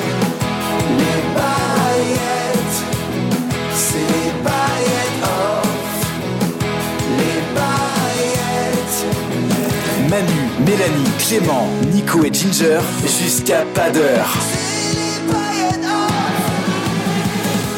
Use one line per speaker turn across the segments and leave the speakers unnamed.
C'est paillettes, c'est les paillettes off. Les paillettes. Manu, Mélanie, Clément, Nico et Ginger, jusqu'à pas d'heure.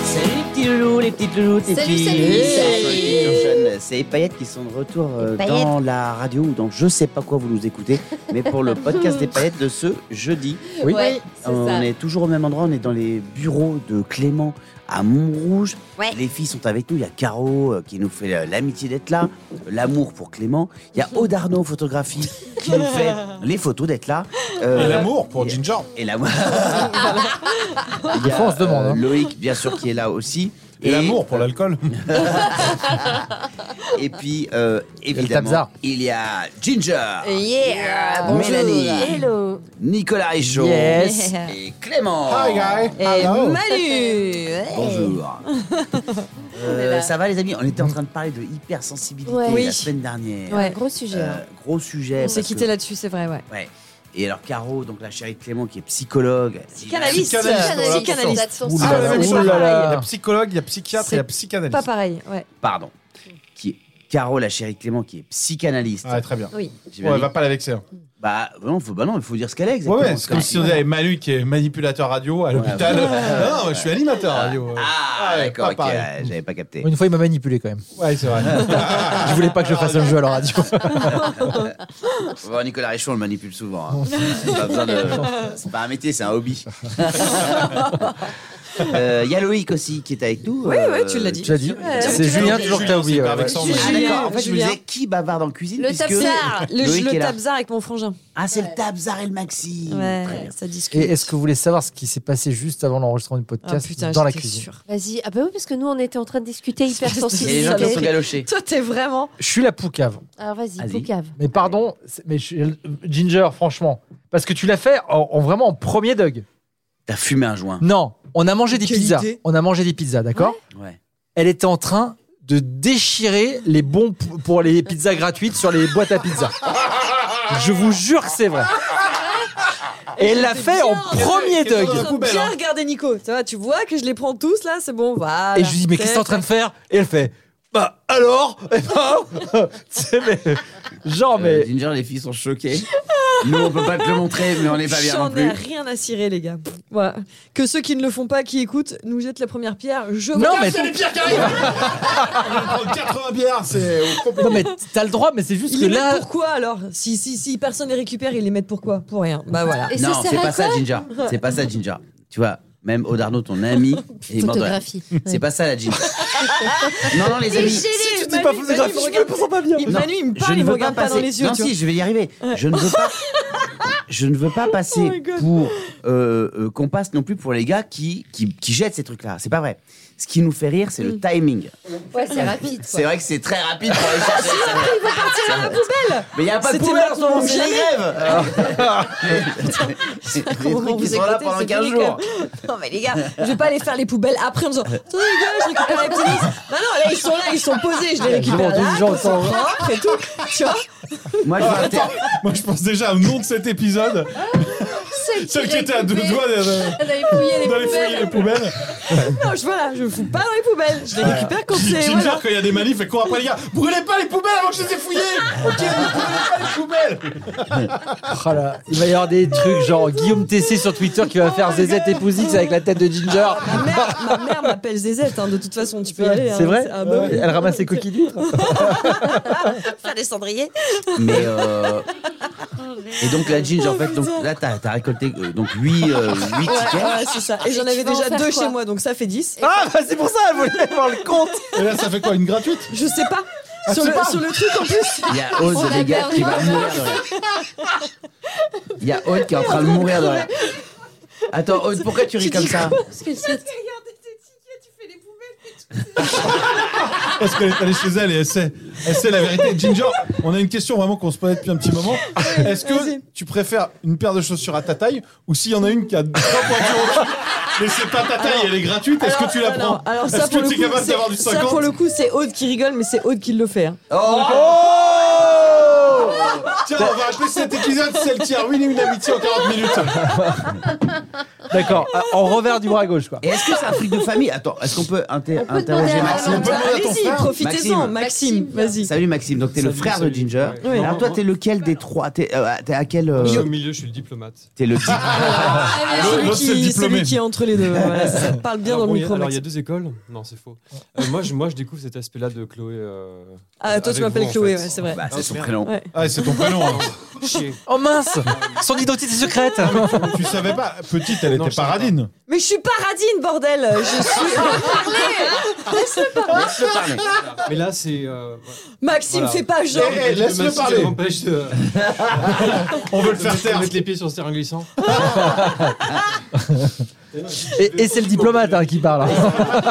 Salut les petits loulous, les petites louloutes, les
Salut,
petits
salut,
les
salut.
petits jeunes. C'est les paillettes qui sont de retour euh,
Les
dans la radio ou dans je sais pas quoi vous nous écoutez, mais pour le podcast des paillettes de ce jeudi.
Oui.
Ouais, c'est
on
ça.
est toujours au même endroit, on est dans les bureaux de Clément à Montrouge.
Ouais.
Les filles sont avec nous, il y a Caro euh, qui nous fait euh, l'amitié d'être là, l'amour pour Clément. Il y a Odarno photographie qui nous fait les photos d'être là. Euh,
Et l'amour pour Ginger.
Et la...
Des fois, on se demande, hein.
Euh, Loïc, bien sûr, qui est là aussi.
Et, l'amour pour l'alcool.
Et puis, euh, évidemment,
Tabza.
il y a Ginger,
Yeah, bonjour.
Mélanie.
Hello.
Nicolas Richaud
Yes.
et Clément.
Hi, guy.
Et
Hello.
Manu.
Bonjour.
est
Euh,
là.
ça va les amis On était en train de parler de hypersensibilité
Ouais.
la
Oui.
semaine dernière.
Ouais, gros sujet. hein.
Euh, gros sujet.
On s'est
parce
quitté
que-
là-dessus, c'est vrai, ouais.
Ouais. Et alors Caro, donc la chérie de Clément qui est psychologue.
Psychanalyste.
Psychanalyste,
Psychanalyste.
Ouh
Ah, la
là là,
même
ouh
chose.
là là.
Il y a psychologue, il y a psychiatre,
C'est
il y a
Pas
psychanalyste.
pareil, ouais.
Pardon. Qui est Caro, la chérie de Clément qui est psychanalyste.
Ah, très bien.
Oui.
J'ai bien
Ouais,
dit.
va pas l'avexer. hein.
Bah non, faut, bah non, il faut dire ce qu'elle est
Ouais,
exactement.
ouais, c'est comme
Parce
si on avait Manu qui est manipulateur radio à l'hôpital.
ouais, ouais,
non, je suis animateur radio.
Ah,
Ouais,
d'accord,
pas
ok,
pareil.
ouais, j'avais pas capté.
Une fois, il m'a manipulé quand même.
Ouais, c'est vrai.
Je voulais pas que je fasse un jeu à la radio.
Bon, Nicolas Richaud, on le manipule souvent. hein. C'est pas besoin de- c'est pas un métier, c'est un hobby. Euh, Il y a Loïc aussi qui est avec nous. euh, Oui,
ouais, tu l'as dit.
Euh, Tu l'as dit.
Ouais,
C'est
tu l'as
Julien
dit.
toujours que
Julien,
t'as oublié.
c'est pas
ouais, ouais.
vexant,
mais-
Ah d'accord, en fait je me
Julien.
disais qui bavarde en cuisine
Le
puisque
tabzar. Le,
Loïc
le
est là.
tabzar avec mon frangin.
Ah c'est le Tabzar et le Maxi. Très
Ouais,
bien.
ça discute.
Et est-ce que vous voulez savoir ce qui s'est passé juste avant l'enregistrement du
Ah
podcast
putain,
dans la
j'étais
cuisine
sûre.
Vas-y, ah bah oui, parce que nous on était en train de discuter
Il y a les gens qui sont
hypersensibilité.
galochés.
Toi, t'es vraiment.
Je suis la poucave.
Alors vas-y,
Vas-y.
Poucave.
Mais pardon, c'est- mais je- Ginger, franchement, parce que tu l'as fait en, en vraiment en premier Doug.
T'as fumé un joint.
Non, on a mangé des pizzas. On a mangé des pizzas, d'accord
Ouais.
Elle était en train de déchirer les bons p- pour les pizzas gratuites sur les boîtes à pizza. Je vous jure que c'est vrai. Et elle l'a fait en premier
Qu'est-ce
Doug.
qu'on a
Bien
poubelle, hein.
regardé Nico. Ça va, tu vois que je les prends tous là, c'est bon. Voilà.
Et je lui dis, mais qu'est-ce que t'es en train de faire Et elle fait, bah alors Eh ben, tu sais, mais- Genre,
Euh,
mais.
Ginger, les filles sont choquées. Nous on peut pas te le montrer mais on est pas bien
J'en
non plus.
ai rien à cirer, les gars. Voilà. Que ceux qui ne le font pas, qui écoutent, nous jettent la première pierre. Je
Non, mais,
C'est les pires qui arrivent. On prend 80 Ah, bières, c'est
non, mais t'as le droit, mais c'est juste
Ils
que
les
là.
mettent pourquoi alors si, si, si personne les récupère, ils les mettent pourquoi Pour rien. Bah voilà.
Et
non,
ça
c'est
sert
pas
à quoi
ça Ginger. C'est pas ça Ginger. Tu vois, même Odarno ton ami est mort de rire.
Photographie.
C'est pas ça la Ginger. non non les amis.
Si tu dis pas photographie, je me sens pas bien.
Il- Manu, il me
je
parle,
ne
il me
veux
regarde pas,
passer-
dans les yeux.
Non,
tu
si, je vais y arriver. Je ne veux pas. Je ne veux pas
Oh
passer
my God.
pour euh, euh, qu'on passe non plus pour les gars qui, qui, qui jettent ces trucs-là. C'est pas vrai. Ce qui nous fait rire, c'est
Mm.
le timing.
Ouais, c'est rapide.
C'est vrai que c'est très rapide pour aller
Ah,
chercher. Il faut partir à la poubelle. Mais il n'y a pas de
C'était
poubelle en ce
maintenant,
moment,
c'est
c'est la grève. Les
vois.
trucs qui sont là pendant 15 jours.
Non mais les gars, je vais pas aller faire les poubelles après en disant Attendez les gars, je récupère la petite liste. Non non, là ils sont là, ils sont posés, je les récupère
Genre,
là,
des gens
ils sont
sont-
propres et tout. Tu vois
Moi,
Oh,
je veux inter-
Moi, je pense déjà au nom de cet épisode. Celle qui était à deux doigts euh, d'aller
Elle avait fouillé les
dans les foyers les
poubelles.
poubelles.
Non, je voilà, je fous pas dans les poubelles, je les récupère quand c'est
Ginger,
voilà.
quand il y a des manifs, elle court après les gars. Brûlez pas les poubelles avant que je les ai fouillées. Ok, brûlez pas les poubelles.
Oh là, il va y avoir des trucs genre Guillaume Tessé sur Twitter qui
Oh,
va faire ZZ Épousix avec la tête de Ginger.
Ma mère, ma mère m'appelle Zézette, hein, de toute façon, tu peux y aller. hein.
C'est vrai
Ah bah oui.
Elle ramasse ses coquilles d'huîtres.
Faire des cendriers.
Mais euh, Et donc la Ginge, en fait, donc, là, t'as t'as récolté euh, donc 8, tickets.
Ouais, Ah, c'est ça. Et j'en
Ah, tu
avais
vas en
déjà
faire
deux
quoi
chez moi, donc ça fait 10.
Ah, bah c'est pour ça, elle voulait avoir le compte.
Et là, ça fait quoi Une gratuite
Je sais pas.
Ah,
sur, le, sur le truc en plus.
Il y a Oz,
On a
les gars,
perdu.
qui va mourir de rire. Il y a Oz qui est en train de mourir de rire. Attends, Oz, pourquoi tu ris comme ça
Parce que c'est-
Parce qu'elle est allée chez elle et elle sait, elle sait la vérité. Ginger, on a une question vraiment qu'on se posait depuis un petit moment. Est-ce que tu préfères une paire de chaussures à ta taille ou s'il y en a une qui a trois pointures au dessus mais c'est pas ta taille, elle est gratuite, est-ce que tu la
Alors,
prends
non, Alors ça
Est-ce
pour,
que
le
tu es
coup,
capable d'avoir du Ah,
c'est- ça
50
pour le coup, c'est Aude qui rigole, mais c'est Aude qui le fait. hein.
Oh
Oh
Tiens, on va appeler cet épisode celle qui a ruiné une amitié en 40 minutes.
D'accord, ah, en revers du bras gauche, quoi.
Et est-ce que c'est un truc de famille Attends, est-ce qu'on peut, inter-
On peut demander
interroger
à
Maxime
Maxime.
Valentin.
Allez-y,
frère.
profitez-en, Maxime,
Maxime.
vas-y.
Salut Maxime, donc t'es le
Salut,
frère
salut.
de Ginger.
Ouais.
Alors toi, t'es lequel des trois T'es euh, t'es à quel euh,
Je suis au milieu, je suis le diplomate.
T'es le petit.
Ah, celui,
L'autre, l'autre, c'est le
qui,
diplômé.
celui qui est entre les deux. Voilà, c'est ça. Parle bien
alors,
dans
bon,
le
il y a-
micro,
alors, il y a
Maxime.
deux écoles Non, c'est faux. Euh, moi, je, moi, je découvre cet aspect-là de Chloé. euh,
Ah, toi,
avec
tu m'appelles
vous, en
Chloé,
fait.
ouais, c'est vrai.
Bah, c'est son
merde.
prénom.
Ouais.
Ah, c'est ton prénom. hein.
Chier. Ah,
Oh mince Son identité secrète
hein. Tu savais pas, petite, elle
Non,
était
je savais
paradine.
Mais je suis paradine, bordel Je suis...
Laisse-le parler.
Mais là, c'est. euh, ouais.
Maxime,
Voilà.
fais pas genre
Eh, eh, laisse-le
Diplomatie,
parler.
ça m'empêche de,
On veut le
de
faire
mettre-
taire.
mettre les pieds sur le terrain glissant.
Et, et c'est le diplomate hein, qui parle.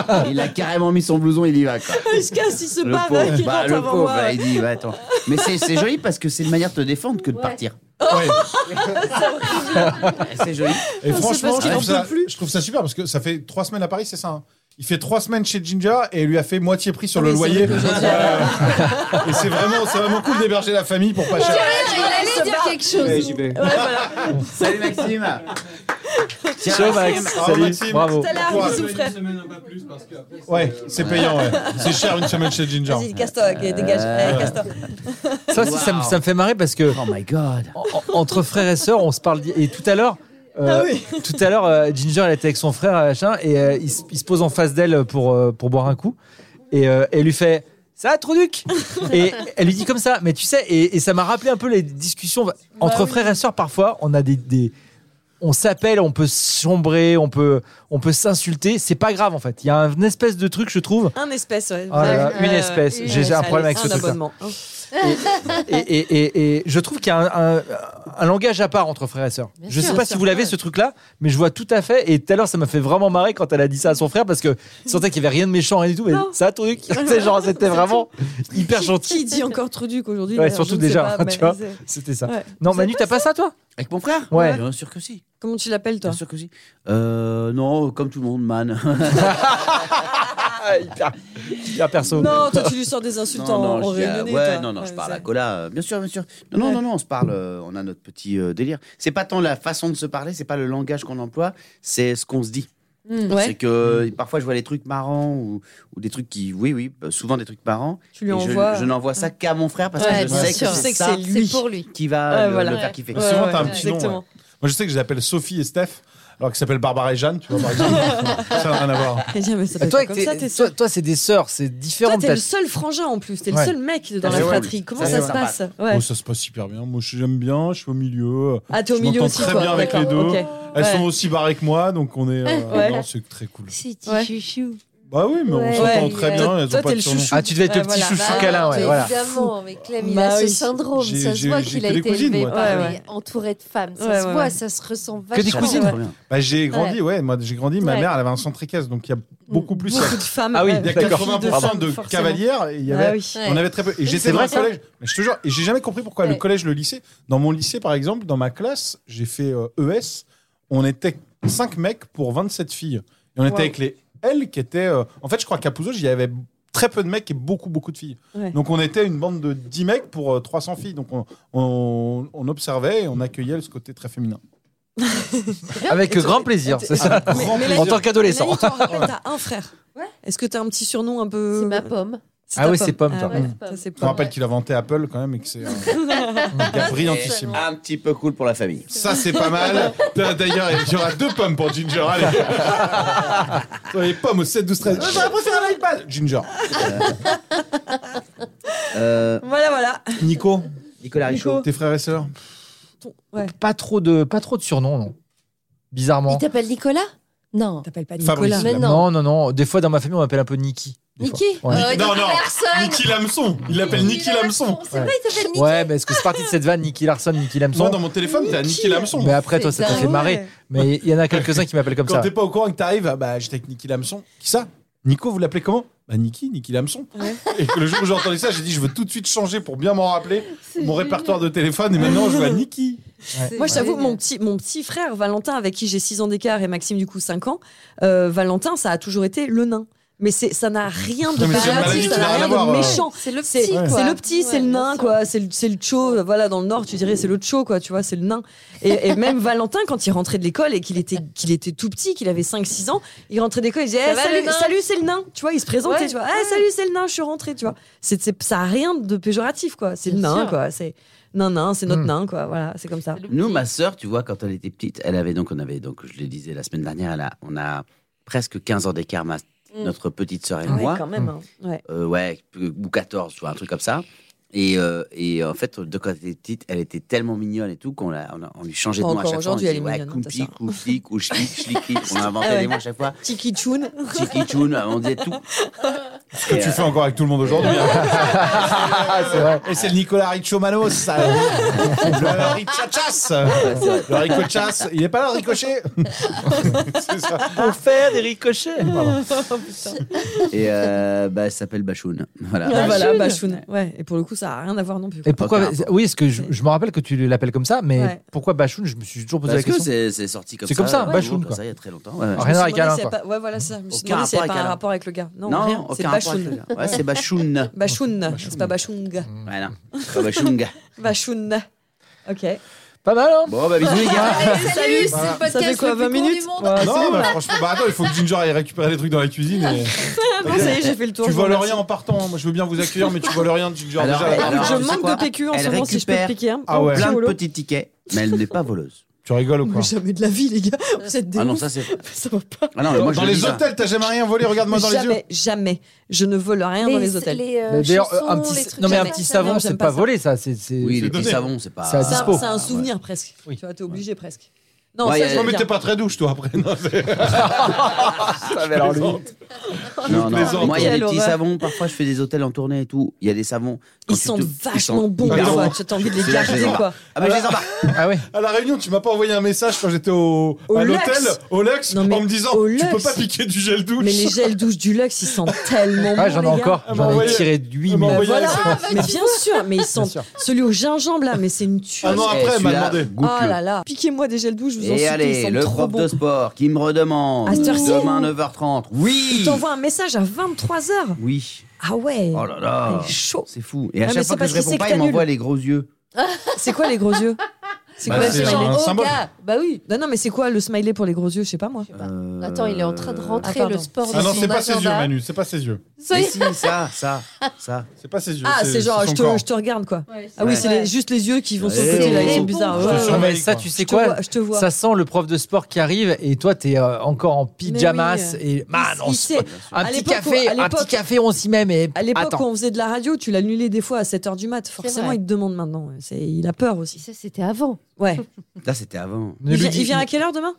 Ah, Il a carrément mis son blouson, il y va. Quoi.
Il se casse, il se
Le
barre,
pauvre,
il
bah,
rentre
le
avant
pauvre,
moi.
bah, il dit, bah, attends. Mais c'est c'est joli parce que c'est une manière de te défendre que de
Ouais.
partir.
Ouais.
C'est joli.
Et franchement,
parce
je
qu'il
trouve,
en
ça,
peut plus.
je trouve ça super parce que ça fait trois semaines à Paris, c'est ça hein Il fait trois semaines chez Ginger et il lui a fait moitié prix sur
Ah,
le
mais c'est
loyer.
vrai que j'ai dit.
Euh, et c'est vraiment, c'est vraiment cool d'héberger la famille pour pas cher.
Il allait Ah, dire quelque
Ouais,
chose.
j'y vais.
Salut Maxime. Tiens,
Ciao Max,
Bravo,
salut,
Maxime.
bravo.
T'as l'air,
Pourquoi
bisous, frère.
Ouais, c'est payant, ouais. C'est cher une semaine chez Ginger.
Vas-y, casse-toi, ok, dégage. Allez, casse-toi.
Ça aussi, ça, me, ça me fait marrer parce que
Oh my god.
en- entre frères et sœurs, on se parle. di- Et tout à l'heure. euh, Tout à l'heure, euh, Ginger, elle était avec son frère, machin, et euh, il, se- il se pose en face d'elle pour, euh, pour boire un coup. Et euh, elle lui fait Ça, Trouduc Et elle lui dit comme ça, mais tu sais, et, et ça m'a rappelé un peu les discussions entre frères et sœurs. Parfois, on a des. des- on s'appelle, on peut sombrer, on peut, on peut s'insulter. C'est pas grave, en fait. Il y a une espèce de truc, je trouve,
Un espèce, ouais.
Oh là là,
Ouais,
une
ouais,
espèce.
ouais.
J'ai- j'ai un
Allez,
problème avec ce
euh, un
truc-là.
abonnement.
et, et- et- et je trouve qu'il y a un, un- un langage à part entre frères et sœurs. je sais
sûr,
pas
bien
si
sûr.
vous l'avez ce truc-là, mais je vois tout à fait. Et tout à l'heure, ça m'a fait vraiment marrer quand elle a dit ça à son frère parce que je sentais qu'il y avait rien de méchant, rien du tout. Mais
Non.
ça, un truc, c'est genre, c'était vraiment hyper
Qui-
gentil.
Qui dit encore Truduc aujourd'hui
Ouais,
d'ailleurs,
surtout
je ne sais
déjà,
pas,
tu
mais
vois.
c'est-
C'était ça.
ouais.
Non,
Vous
Manu, t'as pas ça, toi
Avec mon frère
Ouais.
Bien sûr que si.
Comment tu l'appelles, toi
Bien sûr que si. Euh, non, comme tout le monde, man.
ah, hyper, hyper Ah, perso.
Non, toi, tu lui sors des insultes
non,
en
non,
en
je dis, ah,
réunionnais,
ouais,
toi.
non, non, je
Ouais,
parle à
c'est-
Cola. euh, bien sûr, bien sûr. Non, non,
Ouais.
non, non, on se parle. euh, on a notre petit euh, délire. C'est pas tant la façon de se parler, c'est pas le langage qu'on emploie, c'est ce qu'on se dit. C'est
Hmm. Ouais,
que euh, parfois je vois des trucs marrants ou, ou des trucs qui, oui, oui, euh, souvent des trucs marrants.
tu lui
Et je-
envoies.
je n'envoie ça qu'à mon frère parce
Ouais,
que je
bien
sais
sûr.
que
Je
c'est
sais que
ça
c'est
C'est pour lui.
qui va
Ouais,
le,
voilà.
le faire kiffer.
Ouais,
Souvent,
ouais,
t'as un
ouais.
petit nom,
Exactement.
Moi, je sais que je l'appelle Sophie et Steph, alors qu'elle s'appelle Barbara et Jeanne, tu vois, par exemple. ça n'a rien à voir.
Elle dit, ah, mais ça doit
Bah, toi,
être comme ça, t'es
t'es- toi, toi, c'est des sœurs, c'est
Toi,
différent.
t'es
t'as-
le seul frangin en plus, t'es
Ouais.
le seul mec dans
Ah,
la
ouais.
fratrie. Comment
Ça,
ça
c'est
se
sympa.
passe Ouais.
Oh, ça se passe hyper bien. Moi, je- j'aime bien, je suis au milieu.
Ah, t'es au
je
milieu
m'entends
aussi,
très
toi.
bien avec les deux.
D'accord, ok.
Elles
Ouais.
sont aussi barrées que moi, donc on est. euh,
Ouais.
non, c'est très cool.
Petit
Ouais.
chouchou.
Bah oui, mais on
Ouais.
s'entend
Ouais. Toi-
très bien. Elles
toi,
ont
t'es
pas de
le
surnom.
chouchou.
Ah, tu devais être
Ouais,
le petit
voilà.
chouchou
Bah,
câlin, ouais,
Mais
voilà.
Fou.
Évidemment, avec Clem, il
Bah
a ce
oui.
syndrome.
J'ai-
Ça
j'ai-
se voit
j'ai
qu'il
que
a
des
été
cousines,
élevé
moi.
par
Ouais,
des-
ouais.
entouré de femmes. Ça
Ouais,
se
ouais,
voit,
ouais.
ça se ressent
des
vachement.
Des cousines.
Ouais.
Bah, j'ai grandi, ouais. Moi, j'ai grandi. Ma
Ouais.
mère, elle avait un centre équestre, donc il y a beaucoup plus.
Beaucoup de femmes.
Ah oui,
ouais.
Il y a
D'accord.
80% de
Forcément.
cavalières. et Il y avait,
Ah oui.
On avait très peu. Et j'étais
C'est
dans
vrai,
le
ça
collège. Mais je te jure, et j'ai jamais compris pourquoi le
Ouais.
collège, le lycée. Dans mon lycée, par exemple, dans ma classe, j'ai fait euh, ES. On était 5 mecs pour 27 filles. Et on était
Wow.
avec les L qui étaient. euh, en fait, je crois qu'à Pouzouge, il y avait très peu de mecs et beaucoup, beaucoup de filles.
Ouais.
Donc on était une bande de 10 mecs pour euh, 300 filles. Donc on, on- on observait et on accueillait ce côté très féminin.
Avec grand plaisir, c'est ça.
Avec grand
mais
plaisir.
En tant qu'adolescent.
Mélanie, toi, on rappelle, t'as un frère. Est-ce que t'as un petit surnom un peu.
C'est ma pomme.
Ah
ta
ouais, c'est Pomme,
Ah
toi.
ouais,
Mmh.
ça, c'est
Je me
Pomme.
rappelle qu'il a inventé Apple quand même et que c'est euh, un gars brillantissime.
Un petit peu cool pour la famille.
Ça, c'est pas mal. Putain, D'ailleurs, il y aura deux pommes pour Ginger. Allez. Sur les pommes au 7, 12, 13. Ah, j'aurais préféré un iPad. Ginger.
Euh,
Voilà, voilà.
Nico,
Nicolas Richaud.
Nico.
tes frères et sœurs
Ouais.
Pas trop de, pas trop de surnoms, non. Bizarrement.
Il t'appelle Nicolas Non.
T'appelles pas
Fabrice.
Nicolas.
Mais non.
Non, non, non. Des fois, dans ma famille, on m'appelle un peu Niki. des fois.
Niki
Ouais.
Euh, il
Non,
t'appelle
non,
personne.
Niki Lamson. Il l'appelle Niki Lamson.
C'est vrai, il s'appelle Niki.
Ouais, mais est-ce que c'est parti de cette vanne, Niki Larson, Niki Lamson
Moi, dans mon téléphone, t'as Niki Lamson.
Mais après, toi, ça t'a
Putain,
fait marrer.
ouais.
Mais il y en a quelques-uns qui m'appellent comme
Quand
Ben, ça.
t'es pas au courant et que t'arrives, ah, bah, j'étais avec Niki Lamson. Qui ça Nico, vous l'appelez comment Bah, Niki, Niki Lamson. Et que le jour où j'ai entendu ça, j'ai dit, je veux tout de suite changer pour bien m'en rappeler mon répertoire de téléphone. Et maintenant, je vois Niki.
Moi, je t'avoue, mon petit, mon petit frère Valentin, avec qui j'ai 6 ans d'écart et Maxime, du coup, 5 ans, euh, Valentin, ça a toujours été le nain. Mais c'est- ça n'a rien de
Non, mais c'est
péjoratif,
une
ça
maladie qui n'a
n'a
rien
rien
à voir,
de
euh. ouais.
méchant.
C'est le
C'est
petit, quoi.
c'est le petit, c'est le
Ouais,
nain,
bien
quoi. C'est le, c'est le tcho. Voilà, dans le nord, tu dirais, c'est le tcho, quoi. Tu vois, c'est le nain. Et, et même Valentin, quand il rentrait de l'école et qu'il était, qu'il était tout petit, qu'il avait 5-6 ans, il rentrait de l'école, il disait,
Ça
Eh,
va, le
salut,
nain
salut, c'est le nain. Tu vois, il se présentait,
Ouais.
tu vois, Eh, salut, c'est le nain, je suis rentré, tu vois. C'est- c'est- ça a rien de péjoratif, quoi. C'est le
Bien
nain,
sûr.
quoi. C'est nain, nain, c'est notre
Mm.
nain, quoi. Voilà, c'est comme ça.
Nous, ma sœur, tu vois, quand elle était petite, elle avait donc, on avait donc, je le disais la semaine dernière, elle a, on a presque 15 ans d'écart, ma- notre petite sœur et
Mm. Ouais,
moi.
quand même. hein. Ouais.
Euh, ouais, ou 14, soit un truc comme ça. Et, euh, et en fait, de quand elle était petite, elle était tellement mignonne et tout qu'on l'a- on a- on lui changeait de
Pas
nom à
encore
chaque fois.
aujourd'hui,
on
elle est
ouais,
mignonne, hein, ta
Koupi,
sœur.
Koupi, Kouchlik, Schliklik. On inventait
Ah ouais.
les mots à chaque fois.
Tiki Chun.
Oh,
Chikichoun, on disait tout.
Ce que tu fais encore avec tout le monde aujourd'hui. hein. Et c'est le Nicolas Richomanos. ça. le Richachas. Le Ricochas. Il est pas là, le Ricochet C'est ça.
Pour faire des ricochets. Pardon.
Et euh, bah, elle s'appelle Bachoun.
Ah,
Voilà.
voilà, Bachoun. Ouais, et pour le coup, ça a rien à voir non plus.
Et pourquoi
Ah,
Aucun rapport.
Oui, est-ce que je, je me rappelle que tu l'appelles comme ça, mais
Ouais.
pourquoi Bachoun Je me suis toujours posé
Parce
la
que
question.
c'est c'est sorti comme ça.
C'est comme ça,
euh,
Bachoun,
comme
quoi.
ça, il y a très longtemps. ouais.
Rien à voir avec
Je me
Alain,
suis demandé s'il y a
quoi.
pas- Ouais, voilà ça. Je me suis
Aucun
demandé s'il n'y
rapport
avait pas
avec
un
Alain.
rapport avec le gars. Non,
Non,
rien. C'est
aucun rapport avec le
Bachoun.
gars. Ouais, c'est Bachoun.
Bachoun, c'est pas Bachunga.
Mm.
Voilà. Pas Bachoun.
Bachoun. Ok.
Pas mal, hein
Bon, bah, bisous, les gars.
Allez, salut, c'est
Voilà.
le podcast
Ça fait quoi,
le plus
20
con
minutes
du monde.
Ouais, c'est
Non,
bon,
bah,
là.
franchement, bah, attends, il faut que Ginger aille récupérer les trucs dans la cuisine. et-
Bon, ça y est, j'ai fait le tour.
Tu
je
vois
vous
le
remercie.
rien en partant. hein. Moi, je veux bien vous accueillir, mais tu vois le rien, Ginger.
Alors,
déjà,
elle-
là-
alors,
je
tu sais
manque
quoi
de PQ en
Elle
ce moment, si je peux te
récupère
piquer un.
Ah ouais.
Plein de
Piolo.
petits tickets, mais elle n'est pas voleuse.
Tu rigoles ou quoi
Mais jamais de la vie, les gars. Vous êtes des
Ah non,
ouf.
ça, c'est.
Ça va pas.
Ah non, mais
Dans,
moi, je
dans
le dis,
les
ça.
hôtels, t'as jamais rien volé, regarde-moi dans les yeux.
Jamais, jamais. Je ne vole rien dans les hôtels.
Mais D'ailleurs, euh, un petit, non, mais un petit savon,
Non,
c'est
j'aime
pas,
pas ça.
volé, ça. C'est, c'est-
Oui, les
donné.
petits savons, c'est pas.
C'est à
C'est un-
dispo.
C'est un souvenir presque.
Oui.
Tu vois, t'es obligé presque. Non,
Ouais,
ça,
y a-
Non,
j'aime
mais
bien.
t'es pas très douce, toi, après. Non, c'est-
alors, lui.
plaisante.
Non, non.
plaisante.
Moi, il y a
Quelle
des petits
horreur.
savons. Parfois, je fais des hôtels en tournée et tout. Il y a des savons. Quand
Ils
tu
sentent
te- ils
vachement
sentent
bon,
hyper
Attends.
quoi. Tu as envie de les
C'est là, je les
garder,
vois.
quoi.
Ah, mais je les embarque.
Ah oui.
À la réunion, tu m'as pas envoyé un message quand j'étais au,
Au
à
Lux.
l'hôtel, au Lux,
Non, mais
en me disant
au
tu peux
Lux.
pas piquer du gel douche.
Mais les gels douche du luxe, ils sentent tellement bon.
Ah, j'en ai
les gars.
encore.
Ah, bah,
J'en ai
envoyez-
tiré 8
Ah, bah,
mais-
envoyez-
Voilà,
Ah,
mais bien sûr, mais ils sentent
sûr.
celui au gingembre là, mais c'est une tuerie.
Un an
Eh,
après, elle m'a
celui-là,
demandé.
Oh
goûte-le.
là là. Piquez-moi des gels douche, je vous en
Et
supplie, ils
allez,
sentent
le
trop
prof
bon.
de sport qui me redemande
À cette heure-ci
demain 9h30.
Il
Oui
t'envoie un message à 23h.
Oui.
Ah ouais.
Oh là
Ah,
là.
il est chaud.
C'est fou. Et à
Ah, mais
chaque
c'est
fois que
parce
je
qu'il
réponds
sait
pas,
que
il
t'annules.
m'envoie les gros yeux.
C'est quoi les gros yeux C'est
Bah,
quoi le
c'est
smiley
un symbole.
Bah oui. Non non, mais c'est quoi le smiley pour les gros yeux Je sais pas moi.
Euh,
Attends, il est en train de rentrer
Ah,
le
pardon.
sport dans
Ah non,
son
c'est pas ses
agenda.
yeux, Manu, c'est pas ses yeux.
Mais
Soyez-
si, ça, ça, ça.
C'est pas ses yeux.
Ah, c'est genre
son
je
corps.
te, je te regarde quoi. Ah oui,
Ouais.
c'est les- juste les yeux qui vont sur le
Ouais.
côté là,
Ouais.
ils sont bizarres.
Je te
Ouais, ouais,
jure,
Ah ouais.
Non, mais
Malik,
ça,
quoi.
tu sais
Je te
quoi
vois, je te vois.
Ça sent le prof de sport qui arrive et toi, t'es euh, encore en pyjamas.
Mais
Et man,
Il-
on
il
se-
sait.
un
À
petit
l'époque,
café,
à
un petit
l'époque-
café, on s'y met, mais
À l'époque,
attends.
quand on faisait de la radio, tu l'annulais des fois à 7h du mat. Forcément,
vrai.
il te demande maintenant. C'est- Il a peur aussi.
Ça, c'était avant.
Ouais.
Là, c'était avant.
Il vient, il vient à quelle heure demain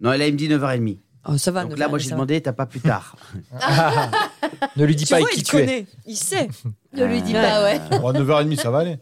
Non, là, il me dit 9h30.
Oh, ça va.
Donc
neuf
là,
heures,
moi,
ça
j'ai
va.
demandé, t'as pas plus tard.
Ne lui dis
Tu
pas
vois,
avec qui
il
tu es.
connaît. Il sait.
Ne lui dis pas, ouais.
Bon, à 9h30, ça va aller.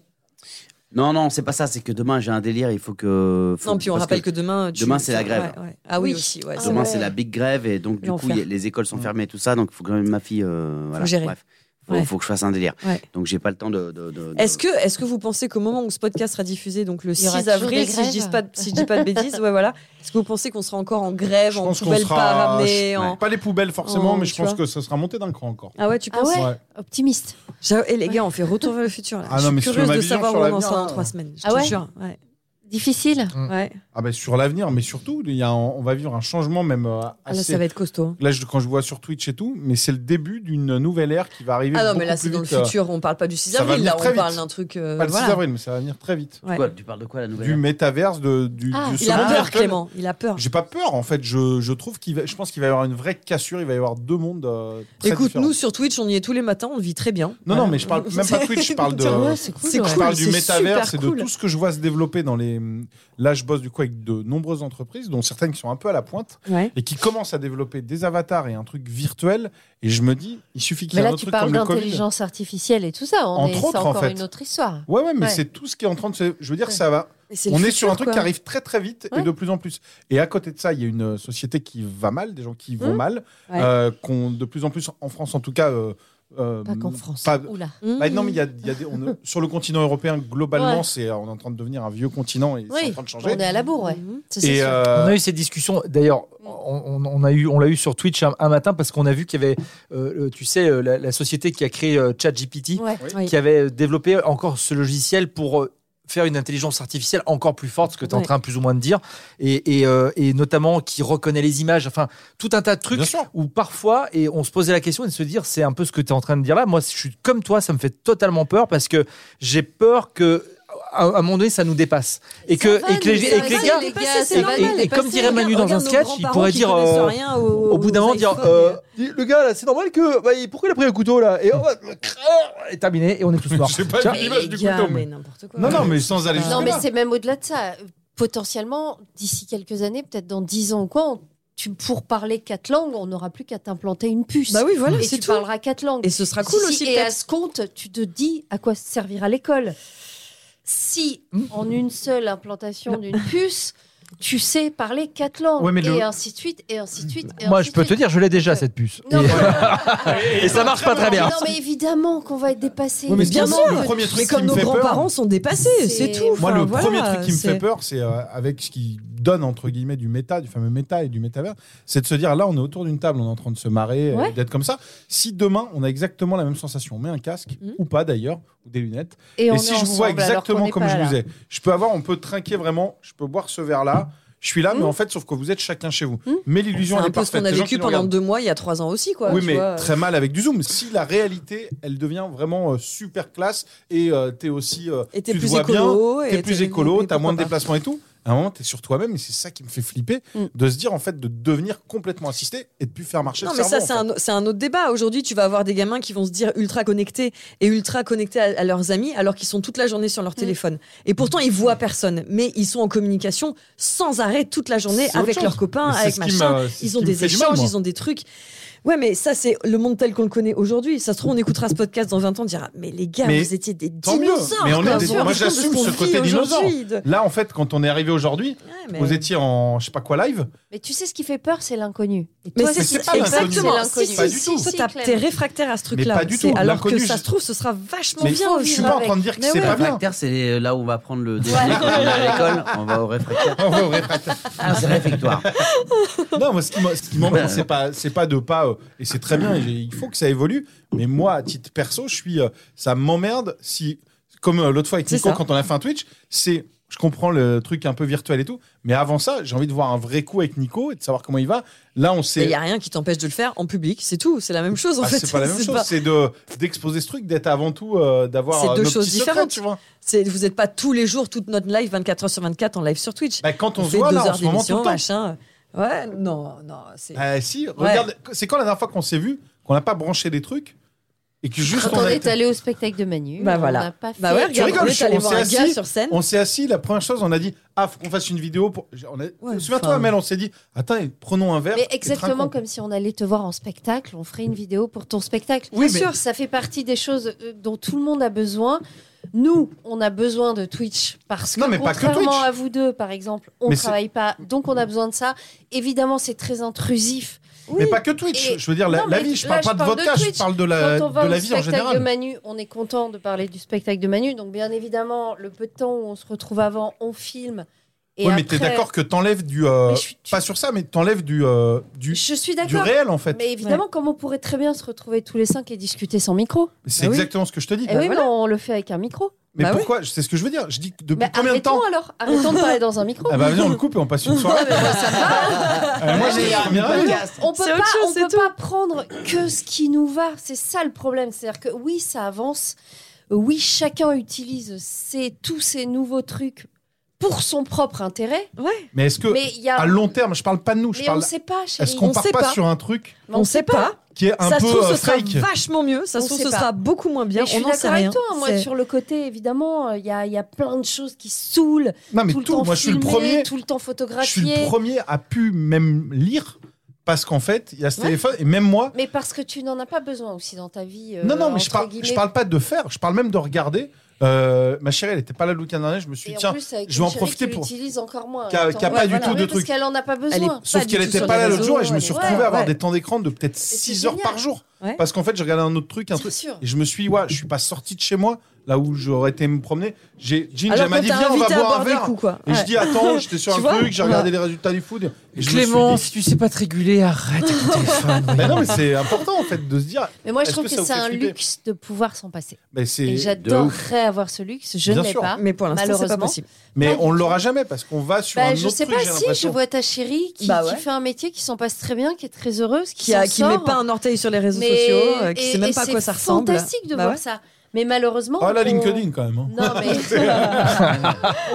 Non, non, c'est pas ça. C'est que demain, j'ai un délire. Il faut que. faut-
Non, puis on
parce
rappelle que,
que
demain. tu-
demain, c'est la
ouais,
grève.
ouais. Ah oui,
Oui.
aussi. Ouais,
Ah,
c'est
Demain,
vrai.
c'est la big grève et donc, du coup,
L'enfer.
il y a- les écoles sont fermées et tout ça. Donc, il faut que ma fille. euh, voilà,
Mm. gérer.
Bref, faut,
Ouais.
faut que je fasse un délire.
Ouais.
Donc, j'ai pas le temps de. de- de- de-
Est-ce que, est que vous pensez qu'au moment où ce podcast sera diffusé, donc le
Il y aura
6
toujours
avril,
des
si je, dis
grèves.
pas, de- si je dis pas de bêtises, ouais, voilà, est-ce que vous pensez qu'on sera encore en grève,
Je
en
pense qu'on
poubelle pas
sera.
ramenée
je-
en...
ouais.
Pas les poubelles, forcément,
Oh,
mais je
tu
pense
vois.
que ça sera monté d'un cran encore.
Ah ouais, tu
Ah
penses
ouais,
Ouais.
Optimiste.
J'avoue, Et les gars, on fait retour vers le futur. Là.
Ah
je
non,
suis
mais sur
curieuse
ma
de
vision,
savoir où
sur
on en
l'avenir,
sera
hein.
dans trois semaines. Je
Ah
te
ouais
jure. Ouais.
Difficile.
Ouais.
Ah ben sur l'avenir, mais surtout, il y a un- on va vivre un changement même euh,
Ah, là,
assez.
ça va être costaud. hein.
Là, je- quand je vois sur Twitch et tout, mais c'est le début d'une nouvelle ère qui va arriver.
Ah non, mais
beaucoup
là,
plus
c'est dans le
vite, euh,
futur. On parle pas du 6
ça va
avril,
venir
là,
très
on
vite.
parle d'un truc. euh,
Pas le 6
voilà.
avril, mais ça va venir très vite.
Ouais.
Quoi, tu parles de quoi la nouvelle
Du métaverse, de, du,
Ah,
du
Il a
second
peur,
cercle.
Clément. Il a peur.
J'ai pas peur en fait. Je, je trouve qu'il va, je pense qu'il va y avoir une vraie cassure. Il va y avoir deux mondes. euh, très
Écoute,
différents.
nous sur Twitch, on y est tous les matins, on le vit très bien.
Non, non, mais je parle même pas de Twitch, je parle de.
Ouais,
c'est cool.
C'est
Je parle du
c'est
métavers,
super
c'est
cool.
de tout ce que je vois se développer dans les. Là, je bosse du coup avec de nombreuses entreprises, dont certaines qui sont un peu à la pointe
Ouais.
et qui commencent à développer des avatars et un truc virtuel. Et je me dis, il suffit qu'il y
Mais
ait un
là,
autre
tu
truc
parles
comme le Covid.
d'intelligence artificielle et tout ça. On
Entre
est,
autres,
c'est
en
encore
fait.
une autre histoire.
Ouais, ouais, mais
Ouais.
c'est tout ce qui est en train de se. Je veux dire,
Ouais.
ça va.
Et c'est le
On est
futur,
sur un truc
quoi.
qui arrive très très vite
Ouais.
et de plus en plus. Et à côté de ça, il y a une euh, société qui va mal, des gens qui vont
Hum.
Mmh.
mal,
Ouais.
euh, qu'on de plus en plus en France en tout cas. euh, euh,
Pas qu'en France.
pas-
Oula.
Mmh.
Bah, non, mais il y a, il y a des- on- sur le continent européen globalement,
Ouais.
c'est euh, on est en train de devenir un vieux continent et c'est
Oui,
en train de
on
changer.
est à la bourre, ouais.
Mhm.
Ça, c'est
Et
sûr.
euh,
On a eu cette discussion, d'ailleurs,
Mm.
on, on- on a eu, on l'a eu sur Twitch un, un matin parce qu'on a vu qu'il y avait, euh, le- tu sais, euh, la, la société qui a créé euh, ChatGPT,
Ouais.
Oui.
qui avait euh, développé encore ce logiciel pour euh, faire une intelligence artificielle encore plus forte, ce que tu es en
Ouais.
train plus ou moins de dire, et, et, euh, et notamment qui reconnaît les images, enfin, tout un tas de trucs
Bien sûr.
où parfois, et on se posait la question et de se dire, c'est un peu ce que tu es en train de dire là, moi, je suis comme toi, ça me fait totalement peur parce que j'ai peur que... À à un moment donné, ça nous dépasse. Et que, et que les, et que les gars,
les
gars,
gars,
c'est
c'est
normal,
normal,
et
les
comme
passés,
dirait Manu dans
regarde
un
nos
sketch, il
grands-parents
pourrait
qui
dire,
connaissent
euh,
rien aux-
au bout d'un
aux
moment dire
iPhones,
euh, le gars là c'est normal que bah, il- pourquoi il a pris le couteau là et, oh, et terminé et on est tous morts
j'ai pas
Tiens.
vu
et-
l'image
et
du
gars,
couteau.
mais
mais-
n'importe quoi.
Non, non, mais sans aller
Non,
jusque
Non, mais
là.
c'est même au-delà de ça. Potentiellement, d'ici quelques années, peut-être dans 10 ans ou quoi, on- tu, pour parler quatre langues, on n'aura plus qu'à t'implanter une puce.
Bah oui, voilà,
et
c'est
tu
tout.
parleras quatre langues.
Et ce sera cool
Si,
aussi
si, Et à
peut-être.
ce compte, tu te dis à quoi servira l'école. Si, en une seule implantation d'une puce, tu sais parler quatre langues,
Ouais, mais
et
le-
ainsi de suite, et ainsi de suite. et
moi
ainsi
je
de
peux te
suite.
dire je l'ai déjà cette puce
Non,
et,
mais-
et ça marche pas très bien
Non, mais évidemment qu'on va être dépassé.
Oui, mais
bien
Évidemment
sûr.
que-
le premier truc
Mais
qui
comme
me
nos
fait peur-
grands-parents sont dépassés, c'est
C'est-
tout.
Moi,
Enfin,
le
voilà,
premier truc qui me
c'est-
fait peur, c'est euh, avec ce qui donne entre guillemets du méta, du fameux méta et du métavers, c'est de se dire là, on est autour d'une table, on est en train de se marrer, euh,
Ouais.
d'être comme ça. Si demain, on a exactement la même sensation, on met un casque
Mhm.
ou pas d'ailleurs, ou des lunettes,
Mm. Et, on
et
est
si je vous
ensemble,
vois
alors qu'on
exactement
n'est
comme
pas
je
là.
vous ai, je peux avoir, on peut trinquer vraiment, je peux boire ce verre là. Je suis là, mais
Mhm.
en fait, sauf que vous êtes chacun chez vous.
Mhm.
Mais
C'est
l'illusion, elle
un
est
peu ce
parfaite.
qu'on a
Les gens
vécu
qui nous
pendant
regardent-
deux mois il y a trois ans aussi, quoi.
oui,
tu
mais
vois.
très mal avec du zoom. Si la réalité, elle devient vraiment euh, super classe et euh, t'es aussi, euh,
Et t'es
tu te
plus
vois bien,
écolo. et
t'es plus écolo,
mais
t'as moins
pourquoi
de
pas.
déplacements et tout. À un moment, t'es sur toi-même et c'est ça qui me fait flipper
Mm.
de se dire en fait de devenir complètement assisté et de plus faire marcher
Non,
le
mais
cerveau.
ça, c'est
en
un,
fait.
c'est un autre débat. Aujourd'hui, tu vas avoir des gamins qui vont se dire ultra connectés et ultra connectés à, à leurs amis, alors qu'ils sont toute la journée sur leur téléphone. Et pourtant, ils voient personne, mais ils sont en communication sans arrêt toute la journée
C'est autre
avec
chose.
leurs copains,
Mais c'est
avec
ce qui
machin.
m'a- c'est ce
Ils ont
qui me
des
fait du mal,
échanges,
moi.
ils ont des trucs. Ouais, mais ça, c'est le monde tel qu'on le connaît aujourd'hui. Ça se trouve, on écoutera ce podcast dans 20 ans, on dira Mais les gars,
Mais
vous étiez des
tant mieux.
dinosaures
Mais on est
quoi,
des-
vous vous
moi,
rendez compte de
j'assume
qu'on
ce
vit
côté dinosaure.
aujourd'hui, de-
Là, en fait, quand on est arrivé aujourd'hui,
Ouais, mais-
vous étiez en je sais pas quoi live.
Mais tu sais, ce qui fait peur, c'est l'inconnu. Et
Mais
toi,
c'est
c'est
c'est
pas l'inconnu.
exactement
C'est l'inconnu.
Si,
Pas
si,
du
si,
tout.
toi,
Si,
t'as-
Claire.
t'es réfractaire à ce truc-là.
pas du
C'est-
tout.
Alors que
L'inconnu,
ça
je-
se trouve, ce sera vachement
Mais
bien.
je
vivre
suis pas en
avec.
train de dire que
Mais ouais.
c'est pas bien.
Ah réfractaire, c'est là où on va prendre le déjeuner quand on est à l'école. On va au réfractaire.
Oh, ouais, ouais, ouais.
Ah, c'est réfectoire.
non, moi, ce qui m'a- ce qui m'emmerde, c'est pas, c'est pas de pas, euh, et c'est très bien, et j'ai- il faut que ça évolue, mais moi, à titre perso, je suis, euh, ça m'emmerde si, comme euh, l'autre fois avec
C'est
Nico,
ça.
quand on a fait un Twitch, c'est, je comprends le truc un peu virtuel et tout, mais avant ça, j'ai envie de voir un vrai coup avec Nico et de savoir comment il va. Là, on
Mais il
s'est.
n'y a rien qui t'empêche de le faire en public, c'est tout, c'est la même chose en
Ah,
fait.
c'est pas la même
C'est
chose,
pas-
c'est de d'exposer ce truc, d'être avant tout, euh, d'avoir
C'est
euh,
deux
nos
choses
petits secrets,
différentes.
tu vois.
c'est- vous n'êtes pas tous les jours, toute notre live, 24h sur 24, en live sur Twitch.
Bah, quand on,
On
se
fait
voit
deux
là, en
heures
ce moment, tout
d'émission,
le temps.
machin. Ouais, non, non, c'est.
Bah, si, regarde, c'est quand la dernière fois qu'on s'est vu, qu'on n'a pas branché des trucs et que juste
Quand on
a
est
été-
allé au spectacle de Manu,
Bah
on
voilà.
n'a pas fait.
Bah ouais, regarde,
rigoles,
on
je
est
suis-
allé
on
voir
s'est
un gars
assis.
sur scène.
On s'est assis, la première chose, on a dit Ah, faut qu'on fasse une vidéo. Pour... on a-
Ouais,
Souviens-toi,
enfin.
Amel, on s'est dit Attends, prenons un verre.
Mais
et
exactement
trinquons.
comme si on allait te voir en spectacle, on ferait une vidéo pour ton spectacle.
Oui,
Bien
mais-
sûr, ça fait partie des choses euh, dont tout le monde a besoin. Nous, on a besoin de Twitch parce que
Non, mais pas que
contrairement
Twitch.
à vous deux, par exemple, on
Mais
ne
c'est-
travaille pas, donc on a besoin de ça. Évidemment, c'est très intrusif.
Mais pas que Twitch.
Et-
Je veux dire, la,
Non,
la
mais
vie, je
là,
parle
je
pas de
parle
votre
de
cas, je
Twitch.
parle de la,
Quand on va
de la
au
vie en
spectacle
général.
de Manu, on est content de parler du spectacle de Manu. Donc, bien évidemment, le peu de temps où on se retrouve avant, on filme. Et
oui, mais t'es
après-
d'accord que t'enlèves du. euh,
Mais je suis- tu-
Pas sur ça, mais t'enlèves du, euh, du,
Je suis
du
d'accord.
réel, en fait.
Mais évidemment, comme on pourrait très bien se retrouver tous les cinq et discuter sans micro.
C'est
Ah oui.
exactement ce que je te dis.
Eh oui, mais on le fait avec un micro.
Mais
Bah
pourquoi C'est ce que je veux dire. Je dis que depuis
Mais
combien de temps
arrêtons alors, arrêtons de parler dans un micro.
Ah bah venez, on le coupe et on passe une soirée. Euh, moi, j'ai
Meilleur
j'ai bien raison.
podcast.
On peut,
C'est
pas,
autre chose,
on
c'est
peut
tout.
pas prendre que ce qui nous va. C'est ça le problème. C'est-à-dire que oui, ça avance. Oui, chacun utilise ses- tous ces nouveaux trucs pour son propre intérêt.
Mais est-ce que
Mais il y a.
à long terme, je parle pas de nous, je
mais on ne
parle.
sait pas, chérie.
Est-ce qu'on
on
part
sait
pas,
pas.
sur un truc
Mais on sait pas.
qui est un
ça se
peu
trouve, ce
euh,
sera
fake
vachement mieux. Ça
On
se trouve,
sait
ce
pas.
sera beaucoup moins bien.
Mais je
on
suis
n'en sait
d'accord avec
rien.
toi. Moi,
C'est-
sur le côté, évidemment, il y a, il y a plein de choses qui saoulent.
Non Ah, mais
tout
tout,
le temps
moi je suis le
filmé,
premier.
Tout le temps photographié.
Je suis le premier à pu même lire parce qu'en fait, il y a ce
Ouais.
téléphone et même moi.
Mais parce que tu n'en as pas besoin aussi dans ta vie. euh,
non non, mais je
entre
parle, je
guillemets.
parle pas de faire, je parle même de regarder. Euh, ma chérie, elle était pas là le week-end dernier. Je me suis
Et
dit, tiens,
en plus, avec
je vais
une
en
chérie
profiter
qui
pour-
l'utilise encore moins.
Qui a-
Attends,
qui a
ouais,
pas du
voilà.
tout de
Oui,
trucs.
Parce qu'elle en a pas
Elle est
besoin.
Sauf
du
qu'elle
tout
était
sur
pas
les
là l'autre
réseaux,
jour et je me
elle
suis
est-
retrouvé
ouais,
à avoir
ouais.
des temps d'écran de peut-être
c'est
6 heures
génial.
par jour.
Ouais.
Parce qu'en fait, je regardais un autre truc, un
Bien
truc.
sûr.
Et je me suis dit, ouais, je suis pas sorti de chez moi, là où j'aurais été me promener. J'ai, Ginge,
Alors
elle m'a
qu'on
dit,
t'a
viens, on va
invité à
boire un
boire des
verre.
coups, quoi.
Et je
Ouais.
dis, attends, j'étais sur
Tu
un
vois
truc, j'ai
Ouais.
regardé les résultats du food. Et je me suis
Clément,
dit-
si tu sais pas te réguler, arrête avec ton téléphone.
Mais non, mais c'est important, en fait, de se dire,
Mais moi, je
Est-ce
trouve
que
que,
ça vous
c'est
fait
un
flipper
luxe de pouvoir s'en passer.
mais
Et,
c'est,
j'adorerais avoir ce luxe. Je ne
Bien
l'ai
sûr.
pas.
Mais pour l'instant, c'est pas
Malheureusement.
possible.
mais
pas
on
du
l'aura
tout.
jamais parce qu'on va sur un
Bah,
autre
je sais
truc,
pas
j'ai
si je
l'impression.
vois ta chérie qui,
Bah ouais.
qui fait un métier qui s'en passe très bien, qui est très heureuse, qui,
Qui, a,
s'en
qui met
sort.
pas un orteil sur les réseaux
Mais-
sociaux, euh, qui
et-
sait même
et
pas à
c'est
quoi ça ressemble.
fantastique de
Bah
voir
ouais.
ça. Mais malheureusement.
Ah, la
on-
LinkedIn, quand même. hein.
Non, mais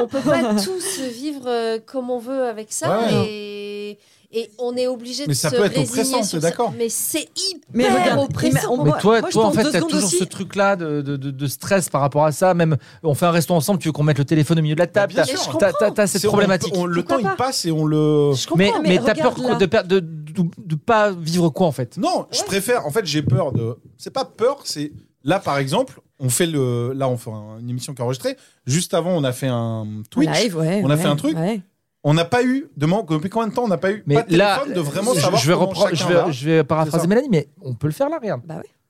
on peut pas tous vivre euh, comme on veut avec ça.
Ouais.
Et... et on est obligé
Mais
de
ça
se
peut être
résigner
oppressant,
sur
t'es
ça.
d'accord
Mais c'est hyper
Mais regarde,
oppressant.
ima- on-
Mais
moi-
toi,
moi, je
toi en
pense
fait,
deux
t'as
secondes
toujours
aussi.
ce truc-là de, de- de- de stress par rapport à ça. Même, on fait un resto ensemble, tu veux qu'on mette le téléphone au milieu de la table.
Bah, bien
t'as-
sûr.
t'as- T'as t'as cette
C'est- on-
problématique.
on- le temps,
Pourquoi
il passe et on le.
Je comprends,
Mais,
mais
mais t'as peur
regarde
quoi,
là.
de, perdre- de, de, de pas vivre quoi en fait
Non, je préfère. En fait, j'ai peur de. C'est pas peur, c'est. Là, par exemple, on fait le. Là, on fait un- une émission qui est enregistrée. Juste avant, on a fait un Twitch.
Live, Bah, ouais,
On a
ouais,
fait un truc.
ouais.
On n'a pas eu de man- Depuis combien de temps on n'a pas eu
Mais
pas de
là,
téléphone de vraiment
je,
savoir
je vais
comment
reprendre, je
chacun
vais,
va
je vais paraphraser
ça.
Mélanie, mais on peut le faire là, regarde.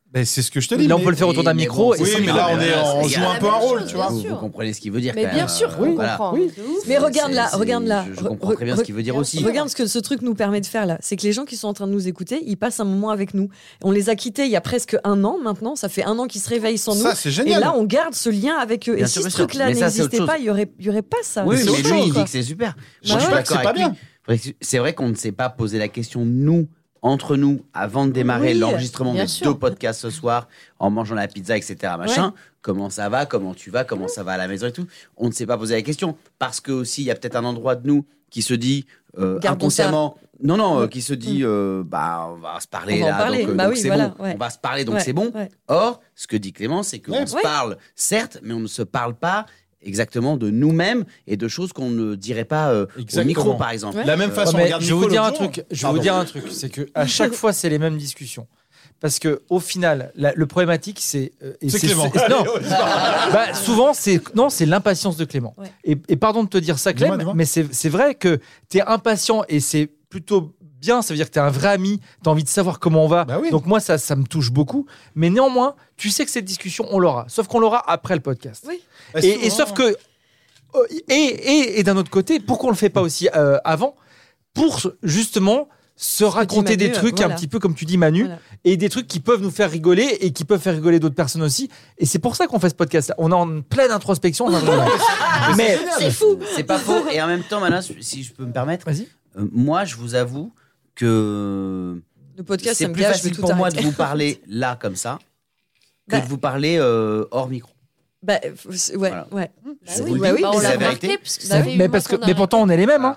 Ben, c'est ce que je te dis.
Là, on
mais-
peut le faire autour d'un
mais
micro.
bon,
et
Oui,
c'est
mais
pas
là, on
grave.
est, on
C'est
joue
la
un
même
peu un rôle,
chose,
tu
bien
vois.
Vous,
sûr.
vous comprenez ce qu'il veut dire
Mais
quand
bien
même,
sûr
euh,
qu'on
voilà.
comprend.
oui.
de ouf.
Mais regarde
C'est-
là,
c'est-
regarde là.
Je, je
Re-
comprends très bien
re-
ce qu'il veut dire
bien
aussi.
sûr.
Regarde ce que ce truc nous permet de faire là. C'est que les gens qui sont en train de nous écouter, ils passent un moment avec nous. On les a quittés il y a presque un an maintenant. Ça fait un an qu'ils se réveillent sans
Ça,
nous.
c'est
Et
génial.
là, on garde ce lien avec eux.
Bien
et
sûr,
si
bien
ce
sûr.
truc-là
Mais ça, c'est autre
n'existait
chose.
pas, il n'y aurait, il y aurait pas ça.
Oui,
C'est
mais
autre
lui,
chose,
il
quoi. Bah
dit que c'est super.
Je dis
ouais.
pas que c'est pas bien.
Parce que C'est vrai qu'on ne s'est pas posé la question, nous, entre nous, avant de démarrer
Oui,
l'enregistrement
bien
des
sûr.
deux podcasts ce soir, en mangeant la pizza, etc. Machin, comment ça va, comment tu vas, comment ça va à la maison et tout. On ne s'est pas posé la question. Parce que aussi, il y a peut-être un endroit de nous qui se dit euh,
Gardons ça. Mm.
inconsciemment. Non, non, euh, qui se dit, euh, bah, on va se parler
On va en
là,
parler.
donc, euh,
Bah
donc
oui,
c'est
voilà,
bon.
ouais.
On va se parler, donc
Ouais,
c'est bon.
ouais.
Or, ce que dit Clément, c'est qu'on
Ouais.
se
Ouais.
parle, certes, mais on ne se parle pas exactement de nous-mêmes et de choses qu'on ne dirait pas euh, au
Exactement.
micro, par exemple.
Ouais.
La même
Euh,
façon,
Ouais, mais
regarde
je vais vous
Nico
dire un
l'autre jour.
truc. Je vais
Pardon.
vous dire un truc, c'est que à chaque fois c'est les mêmes discussions. Parce que au final, la- le problématique c'est euh, et
C'est Clément.
c'est- non,
Allez, ouais, c'est pas-
bah, souvent c'est non, c'est l'impatience de Clément.
Ouais.
Et, et pardon de te dire ça,
Dis-moi,
Clem,
dis-moi.
mais c'est c'est vrai que t'es impatient et c'est plutôt bien. Ça veut dire que t'es un vrai ami. T'as envie de savoir comment on va.
Bah oui.
Donc moi ça, ça me touche beaucoup. Mais néanmoins, tu sais que cette discussion on l'aura. Sauf qu'on l'aura après le podcast. Et, et sauf que. euh, Et, et, et d'un autre côté, pourquoi on le fait pas aussi euh, avant Pour justement se
Manu,
raconter des trucs
voilà.
un petit peu comme tu dis Manu
Voilà.
et des trucs qui peuvent nous faire rigoler et qui peuvent faire rigoler d'autres personnes aussi et c'est pour ça qu'on fait ce podcast là on est en pleine introspection on est en train de- mais
C'est fou C'est pas faux. Et en même temps, Manas, si je peux me permettre,
vas-y
euh, moi, je vous avoue que
Le podcast, ça
c'est
me
plus
gave, je
facile
vais tout
pour moi de
arrêter.
vous parler là, comme ça, que
Bah.
de vous parler euh, hors micro.
Bah, f- c'est- ouais,
Voilà.
ouais.
Bah
Je vous
oui,
le
bah
dis,
oui,
c'est
on
la
l'a
vérité.
remarqué. parce que-
Bah
bah
oui,
oui,
mais
moi,
parce que
qu'on a-
mais pourtant on est les mêmes hein.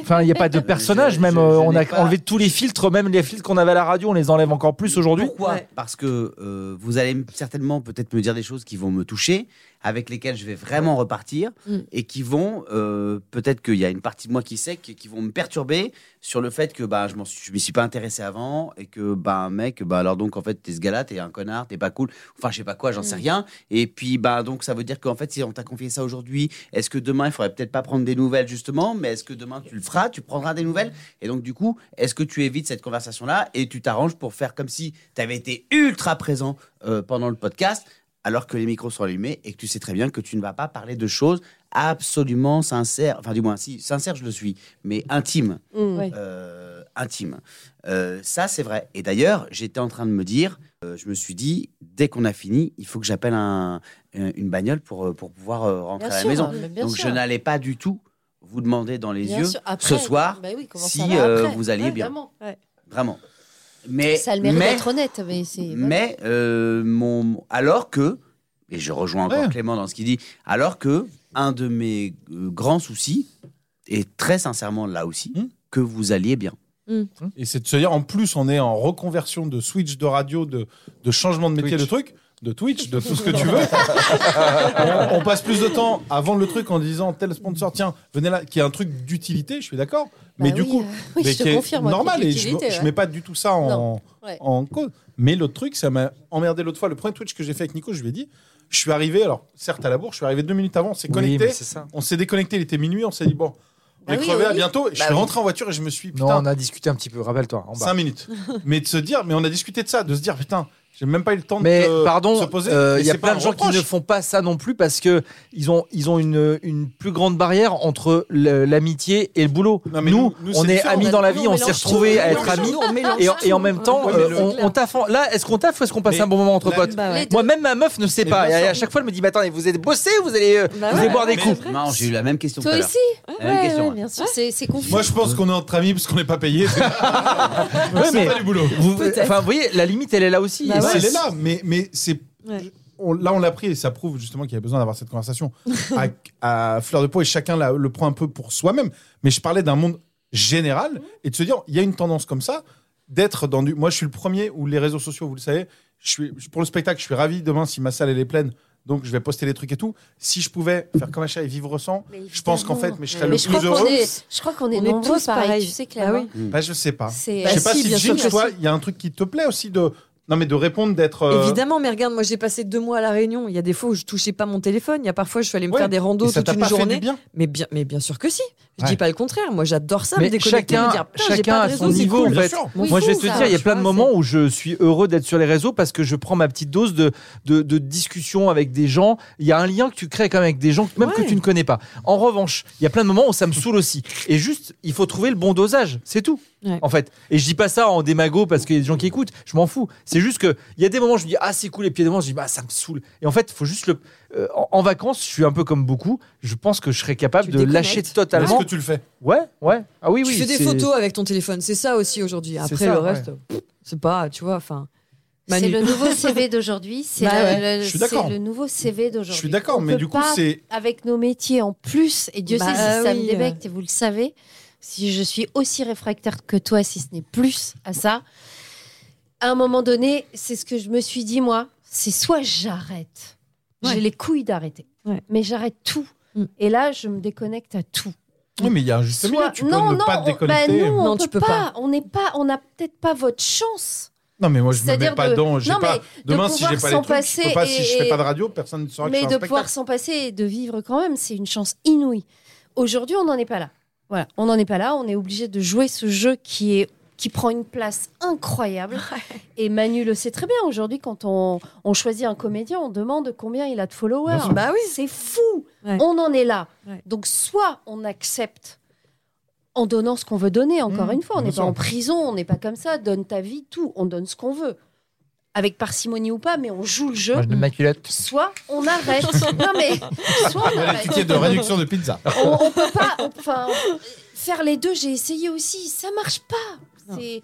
enfin il n'y a pas de personnages
je-
même
je
euh, on
n'ai
a
pas-
enlevé tous les filtres même les filtres qu'on avait à la radio on les enlève encore plus aujourd'hui
Pourquoi
Ouais.
Parce que euh, vous allez m- certainement peut-être me dire des choses qui vont me toucher, avec lesquelles je vais vraiment repartir,
Mm.
et qui vont, euh, peut-être qu'il y a une partie de moi qui sait, qui, qui vont me perturber sur le fait que bah, je m'en suis- je m'y suis pas intéressé avant, et que, bah, mec, bah, alors donc en fait, t'es ce gars-là, t'es un connard, t'es pas cool, enfin, je sais pas quoi, j'en
Mm.
sais rien. Et puis, bah, donc ça veut dire qu'en fait, si on t'a confié ça aujourd'hui, est-ce que demain, il faudrait peut-être pas prendre des nouvelles justement, mais est-ce que demain, tu le feras, tu prendras des nouvelles et donc, du coup, est-ce que tu évites cette conversation-là et tu t'arranges pour faire comme si tu avais été ultra présent euh, pendant le podcast, alors que les micros sont allumés et que tu sais très bien que tu ne vas pas parler de choses absolument sincères, enfin, du moins, si, sincères, je le suis, mais intimes,
Mm. Ouais.
euh, intime. Euh, ça, c'est vrai. Et d'ailleurs, j'étais en train de me dire, euh, je me suis dit, dès qu'on a fini, il faut que j'appelle un- un- une bagnole pour, euh, pour pouvoir euh, rentrer
Bien
à la
sûr,
maison.
mais bien
Donc,
sûr.
je n'allais pas du tout vous demander dans les
Bien
yeux
sûr, après,
ce soir,
bah oui, comment
si,
ça va
euh,
après
vous alliez
Ouais,
bien.
vraiment.
vraiment. Mais,
Ça a le mérite
mais-
d'être honnête, mais c'est. voilà.
mais euh, mon alors que et je rejoins encore
Ouais.
Clément dans ce qu'il dit alors que un de mes euh, grands soucis est très sincèrement là aussi
Hmm.
que vous alliez bien
Et c'est de se dire, en plus, on est en reconversion de switch de radio, de, de changement de métier,
Twitch.
de truc, de Twitch, de tout ce que tu veux. on, on passe plus de temps à vendre le truc en disant tel sponsor, tiens, venez là, qui est un truc d'utilité, je suis d'accord. mais
Bah
du
oui,
coup,
euh, oui,
mais
je
qui
te
est
confirme. hein,
normal,
qu'il y a
et je,
utilité,
je
ouais.
mets pas du tout ça en,
Non, ouais.
en cause. Mais l'autre truc, ça m'a emmerdé l'autre fois. Le premier Twitch que j'ai fait avec Nico, je lui ai dit, je suis arrivé, alors certes à la bourre, je suis arrivé deux minutes avant, on s'est connecté,
mais c'est ça.
on s'est déconnecté, il était minuit, on s'est dit, bon, on
Bah
est
oui,
crevé,
au
à
lit.
bientôt. Et je
Bah
suis
oui.
rentré en voiture et je me suis dit,
Non,
putain,
on a discuté un petit peu, rappelle-toi. en bas.
5 minutes. mais de se dire, mais on a discuté de ça, de se dire, putain, j'ai même pas eu le temps
Mais
de se
pardon,
poser.
euh,
Mais
il y a
c'est
plein
pas
de
un
gens qui
reproche.
ne font pas ça non plus parce que ils ont, ils ont une, une plus grande barrière entre le- l'amitié et le boulot.
Non, mais
nous,
nous- nous,
on
c'est
est
différent.
amis dans la vie,
Nous, on
on s'est
mélange tout,
retrouvés
on
à être
mélange
amis.
tout, on mélange
Et, en-
tout.
et en même temps,
Ouais, mais
euh,
le-
on, on taffe. en- Là, est-ce qu'on taffe ou est-ce qu'on passe
Mais
un bon moment entre
la-
potes
Bah ouais.
Les deux.
Moi-même, ma meuf ne sait
Mais
pas. Et
bien
à,
sûr.
à chaque fois, elle me dit "Mais attendez, vous allez bosser, vous allez, euh,
Bah
vous
ouais.
allez boire des
Mais-
coups.
non j'ai eu la même question
Toi
tout à l'heure.
aussi
La même
Ouais,
question, hein.
ouais,
ouais.
bien sûr, c'est c'est confus.
Moi, je pense qu'on est entre amis parce qu'on n'est pas payé.
Ouais,
c'est
mais
pas du boulot.
vous,
Peut-être.
enfin, vous voyez, la limite, elle est là aussi.
Bah
Et
ouais.
c'est-
Elle Ah est là, mais, mais c'est.
Ouais.
on- là, on l'a pris et ça prouve justement qu'il y a besoin d'avoir cette conversation à, à fleur de peau et chacun la- le prend un peu pour soi-même. Mais je parlais d'un monde général et de se dire, il y a une tendance comme ça d'être dans du. Moi, je suis le premier où les réseaux sociaux, vous le savez, je suis, je- pour le spectacle, je suis ravi demain si ma salle elle est pleine. Donc, je vais poster les trucs et tout. Si je pouvais faire comme Achat et vivre sans,
Mais
je pense qu'en fait,
évidemment.
mais je serais
Mais
le
je
plus
crois qu'on
heureux.
est, je crois qu'on est
On est
nombreux
tous
pareil,
pareils.
tu sais, Claire.
Bah oui.
Bah, je sais pas.
C'est.
Je sais
Bah,
pas
si,
si,
bien
Jim,
sûr que
toi,
si.
il y a un truc qui te plaît aussi de. Non, mais de répondre, d'être. euh,
Évidemment, mais regarde, moi j'ai passé deux mois à la Réunion. Il y a des fois où je touchais pas mon téléphone. Il y a parfois je suis allée me
Ouais.
faire des
et
randos
ça
toute
t'a
une
pas fait du
journée.
bien.
Mais bien, mais bien sûr que si. Je
Ouais.
dis pas le contraire. Moi j'adore ça, me
Mais
déconnecter,
chacun,
me dire, Putain, j'ai
chacun
pas
à
de
son
réseau, c'est
niveau,
cool.
en fait.
sûr.
Oui,
Moi, je vais
fou,
te
ça,
dire, il y a
tu
plein de
vois,
moments où je suis heureux d'être sur les réseaux parce que je prends ma petite dose de, de, de discussion avec des gens. Il y a un lien que tu crées quand même avec des gens, même que
Ouais.
tu ne connais pas. En revanche, il y a plein de moments où ça me saoule aussi. Et juste, il faut trouver le bon dosage. C'est tout.
Ouais.
En fait. Et je dis pas ça en démago parce qu'il y a des gens qui écoutent. Je m'en fous. C'est juste que il y a des moments où je me dis, ah, c'est cool. Et puis il y a des moments où je dis, bah, ça me saoule. Et en fait, il faut juste le. euh, en, en vacances, je suis un peu comme beaucoup. Je pense que je serais capable
Tu
de lâcher
déconnectes.
Est-ce
totalement.
que tu le fais
Ouais, ouais. Ah oui,
Tu
oui.
fais des
c'est-
photos avec ton téléphone. C'est ça aussi aujourd'hui. Après
ça,
le
ouais.
reste, pff, c'est pas, tu vois, enfin.
C'est
Manu.
le nouveau CV d'aujourd'hui. C'est
Bah
le-
ouais.
le,
Je suis
c'est
d'accord.
le nouveau CV d'aujourd'hui.
Je suis d'accord,
On
mais
peut
du coup,
pas,
c'est.
Avec nos métiers en plus, et Dieu
Bah,
sait si
euh,
ça
oui,
me débecte, et vous le savez, si je suis aussi réfractaire que toi, si ce n'est plus à ça, à un moment donné, c'est ce que je me suis dit, moi, c'est soit j'arrête,
Ouais.
j'ai les couilles d'arrêter,
Ouais.
mais j'arrête tout.
Mm.
Et là, je me déconnecte à tout.
Oui, mais il y a un juste
Soit-
milieu. Tu peux
non,
ne
non,
pas
on-
te
bah
déconnecter.
non, on
Non,
peut
tu peux
pas. On n'est pas, on n'a peut-être pas votre chance.
non, mais moi, je me mets
C'est-à-dire
pas
de-
dedans. j'ai
non,
pas...
mais de
Demain, si j'ai
pouvoir
pas
s'en
les trucs, je peux
passer
pas, si je
et-
fais pas de radio, personne ne saura que
mais
je
de
fais un
pouvoir
spectacle.
s'en passer et de vivre quand même, c'est une chance inouïe. Aujourd'hui, on n'en est pas là. Voilà, on n'en est pas là. On est obligé de jouer ce jeu qui est qui prend une place incroyable. Et Manu le sait très bien. Aujourd'hui, quand on, on choisit un comédien, on demande combien il a de followers.
Bien sûr.
Bah oui.
C'est fou.
Ouais.
On en est là.
Ouais.
Donc soit on accepte en donnant ce qu'on veut donner. Encore
Mmh,
une fois, on
bien
n'est pas
sûr.
en prison, on n'est pas comme ça. Donne ta vie, tout. On donne ce qu'on veut, avec parcimonie ou pas, mais on joue le jeu
hein
Moi, je mets ma culotte.
soit on arrête. non mais soit on
Il y a les
arrête.
tickets de réduction de pizza.
On, on peut pas. on- Enfin, faire les deux, j'ai essayé aussi, ça marche pas. C'est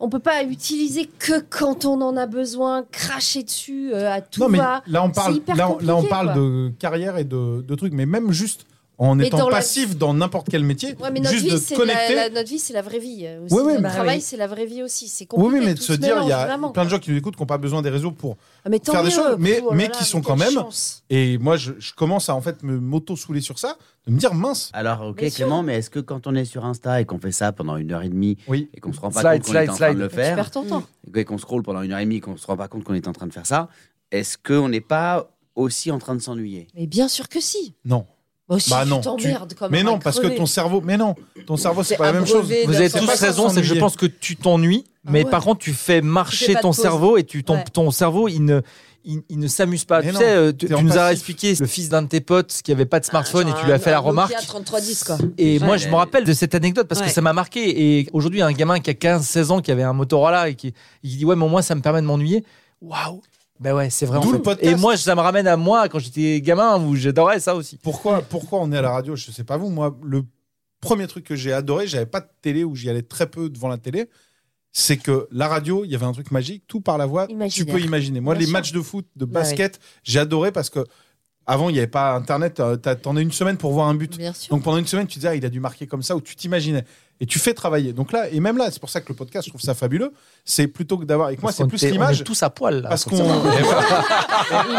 on peut pas utiliser que quand on en a besoin, cracher dessus euh, à tout
non, mais
va.
là, on
C'est
parle,
hyper
là, on- là, on
compliqué,
parle
quoi.
de carrière et de, de trucs, mais même juste en
Mais
étant
dans la-
passif dans n'importe quel métier,
Ouais, mais notre
juste
vie,
de
c'est
te
la,
connecter.
la- notre vie, c'est la vraie vie. euh, aussi.
Ouais, ouais,
Notre
bah
travail,
oui.
c'est la vraie vie aussi. C'est
Oui,
compliqué.
oui, mais de
tout
se
se
dire, il y
mélange,
a
vraiment.
plein de gens qui nous écoutent qui n'ont pas besoin des réseaux pour.
Ah, mais tant
faire des
mieux,
choses, mais-
pour-
mais
voilà,
qui sont
quelle
quand même-
chance.
Et moi, je, je commence à en fait me m'auto-souler sur ça, de me dire mince.
alors ok
Bien sûr.
Clément mais est-ce que quand on est sur Insta et qu'on fait ça pendant une heure et demie
Oui.
et qu'on se rend pas
Slide,
compte qu'on
slide,
est en train
slide.
de le
Tu
faire
perds ton temps.
et qu'on scrolle pendant une heure et demie et qu'on se rend pas compte qu'on est en train de faire ça est-ce qu'on n'est pas aussi en train de s'ennuyer
Mais bien sûr que si.
Non.
Bah, si,
Bah non,
tu t'emmerdes quand même.
Mais
à
non, parce que
crever.
ton cerveau. Mais non, ton cerveau, c'est
C'est
pas la même chose.
abreuvé
Vous
de-
avez
c'est
tous
pas
raison, c'est que je
s'ennuyer.
pense que tu t'ennuies, mais
Ah
ouais.
par contre tu fais marcher
pas de
ton
pause.
cerveau et tu, ton,
Ouais.
ton cerveau il ne, il, il ne s'amuse pas.
Mais
tu
non,
sais, euh, tu,
t'es en
tu nous as
passif.
expliqué le fils d'un de tes potes qui avait pas
Ah,
de smartphone et tu lui as fait la remarque.
3310 quoi.
Et
Ouais.
moi, je me rappelle de cette anecdote parce
Ouais.
que ça m'a marqué. Et aujourd'hui, un gamin qui a 15-16 ans, qui avait un Motorola et qui il dit Ouais, mais au moins, ça me permet de m'ennuyer. Waouh Ben ouais, c'est vrai.
D'où
en
le
fait.
podcast.
Et moi, ça me ramène à moi quand j'étais gamin où j'adorais ça aussi.
Pourquoi, pourquoi on est à la radio Je sais pas vous. Moi, le premier truc que j'ai adoré, j'avais pas de télé ou j'y allais très peu devant la télé. C'est que la radio, il y avait un truc magique, tout par la voix, tu
Imaginaire.
peux imaginer. Moi,
Bien
les
sûr.
matchs de foot, de
Bah oui.
basket, j'ai adoré parce que avant, il n'y avait pas Internet, euh, t'as- t'en as une semaine pour voir un but.
Bien sûr.
Donc pendant une semaine, tu disais, ah, il a dû marquer comme ça, ou tu t'imaginais. Et tu fais travailler. Donc là, et même là, c'est pour ça que le podcast, je trouve ça fabuleux. C'est plutôt que d'avoir. Et moi,
Parce
c'est
qu'on
plus
était- on
l'image.
est tous à poil là.
Parce
pour
qu'on.
ça.
Bah, Et voilà.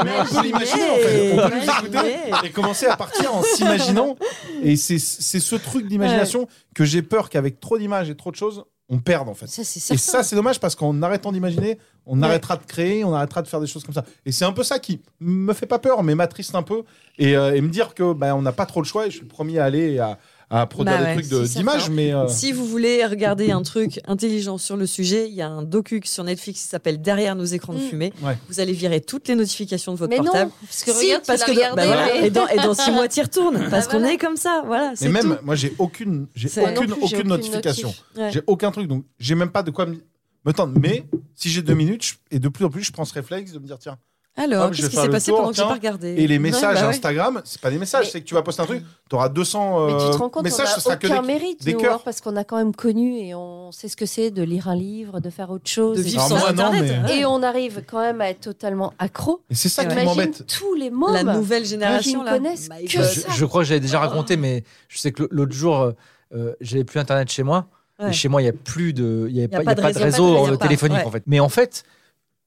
Mais on peut l'imaginer, en fait. On peut les
Imaginez.
écouter et commencer à partir en s'imaginant. Et c'est c'est ce truc d'imagination que j'ai peur qu'avec trop d'images et trop de choses, on perde, en fait.
Ça, c'est
Et ça,
certain.
c'est dommage parce qu'en arrêtant d'imaginer, on arrêtera de créer, on arrêtera de faire des choses comme ça. Et c'est un peu ça qui me fait pas peur, mais m'attriste un peu et, euh, et me dire que bah, on n'a pas trop le choix. Et je suis le premier à aller et à, à produire
Bah ouais,
des trucs de-
c'est
d'images,
certain.
mais euh,
Si vous voulez regarder un truc intelligent sur le sujet, il y a un docu sur Netflix qui s'appelle Derrière nos écrans de
Mm.
fumée.
Ouais.
Vous allez virer toutes les notifications de votre
Mais non,
portable.
parce que
Si,
regarde,
parce
tu
que
l'as
dans-
regardé,
bah voilà.
mais-
et, dans, et dans six mois, t'y retournes. Parce qu'on
voilà.
est comme ça, voilà.
mais
C'est
même
tout.
moi j'ai aucune, j'ai
C'est-
aucune,
Moi non plus, j'ai
aucune
aucune
notification,
notif.
Ouais.
j'ai aucun truc, donc j'ai même pas de quoi me me tendre. Mais si j'ai deux minutes je- et de plus en plus, je prends ce réflexe de me dire tiens.
Alors,
Hop, je
qu'est-ce
vais
qui
faire
s'est
le
passé
tour,
pendant que j'ai
tiens.
pas regardé
Et les messages
Ouais, bah ouais.
Instagram, c'est pas des messages,
Mais-
c'est que tu vas poster un truc, t'auras 200
Mais tu te rends
euh,
compte,
messages, ce
on
sera
n'a
que
aucun
des-
mérite,
des
nous,
cœurs.
alors, parce qu'on a quand même connu et on sait ce que c'est de lire un livre, de faire autre chose.
De vivre
Alors
sans
moi, non,
Internet.
mais-
ouais.
Et on arrive quand même à être totalement accro.
Et c'est ça qui
Imagine
m'embête.
tous les mômes.
la nouvelle génération
ne
là.
connaissent
My
que
God.
Je,
ça.
je crois que j'avais déjà raconté, mais je sais que l'autre jour, euh, euh, j'avais plus internet chez moi.
Ouais.
Et chez moi, il y a plus de, il y avait
Il y
pas, il y a pas de
il y a
réseau euh,
pas,
téléphonique
ouais.
en fait. Mais en fait,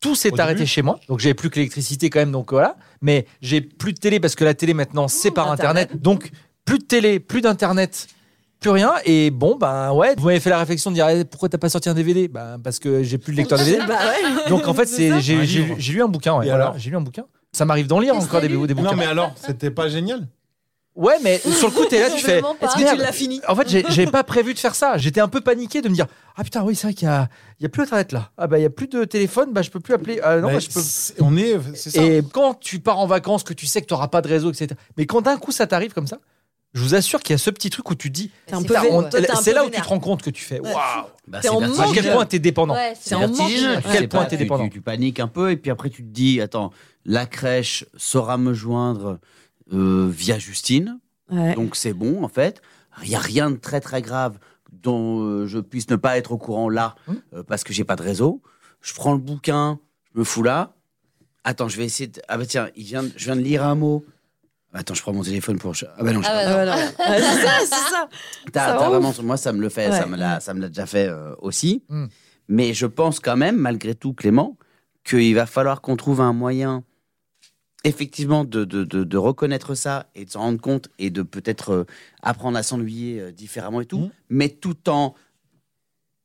tout
Au
s'est
début.
arrêté chez moi. Donc j'avais plus que l'électricité quand même. Donc voilà. Mais j'ai plus de télé parce que la télé maintenant c'est par Mmh, internet. Donc plus de télé, plus d'internet. Plus rien et bon ben ouais vous m'avez fait la réflexion de dire eh, pourquoi t'as pas sorti un DVD ben parce que j'ai plus de lecteur DVD
Bah ouais.
donc en fait c'est
Un
j'ai j'ai lu
livre.
j'ai lu un bouquin ouais,
Et
voilà
alors
j'ai lu un bouquin ça m'arrive d'en lire
Qu'est-ce
encore
que
des,
t'as lu
des bouquins
Non mais alors, c'était pas génial.
ouais mais sur le coup t'es là tu fais
Absolument pas.
Est-ce que tu
Merde.
l'as fini
en fait, j'ai- j'avais pas prévu de faire ça. J'étais un peu paniqué de me dire Ah putain, oui, c'est vrai qu'il y a, il y a plus Internet là. Ah bah, il y a plus de téléphone, bah, je peux plus appeler. Ah, non,
Mais
bah, je peux.
c'est- On est, c'est ça.
Et quand tu pars en vacances, que tu sais que tu n'auras pas de réseau, etc. Mais quand d'un coup ça t'arrive comme ça, je vous assure qu'il y a ce petit truc où tu dis
T'es un
C'est
peu
Putain,
fou,
vé-
on-
toi, t'es un
C'est
peu
là où tu
vénère.
te rends compte que tu fais Waouh
Bah,
T'es
c'est
en
vertigineux.
À quel point t'es dépendant
Ouais,
C'est
c'est
en manque.
vertigineux.
Ouais.
À quel
C'est
point
pas-
t'es
tu-
dépendant.
Tu, tu paniques un peu et puis après tu te dis attends, la crèche saura me joindre euh, via Justine,
Ouais.
donc c'est bon en fait. Il n'y a rien de très très grave dont euh, je puisse ne pas être au courant là
Hum.
euh, parce que j'ai pas de réseau. Je prends le bouquin, je me fous là. Attends, je vais essayer. De... Ah bah tiens, il vient, de- je viens de lire un mot. Attends, je prends mon téléphone pour. Ah bah non, je
Ah bah
Ah, voilà. Ouais, c'est ça, c'est ça.
T'as-
Ça
t'as
ouf.
vraiment, moi, ça me le fait, ça
Ouais.
me l'a, ça me l'a déjà fait euh, aussi.
Mm.
Mais je pense quand même, malgré tout, Clément, qu'il va falloir qu'on trouve un moyen, effectivement, de, de, de- de reconnaître ça et de s'en rendre compte et de peut-être euh, apprendre à s'ennuyer euh, différemment et tout,
Mm.
mais tout en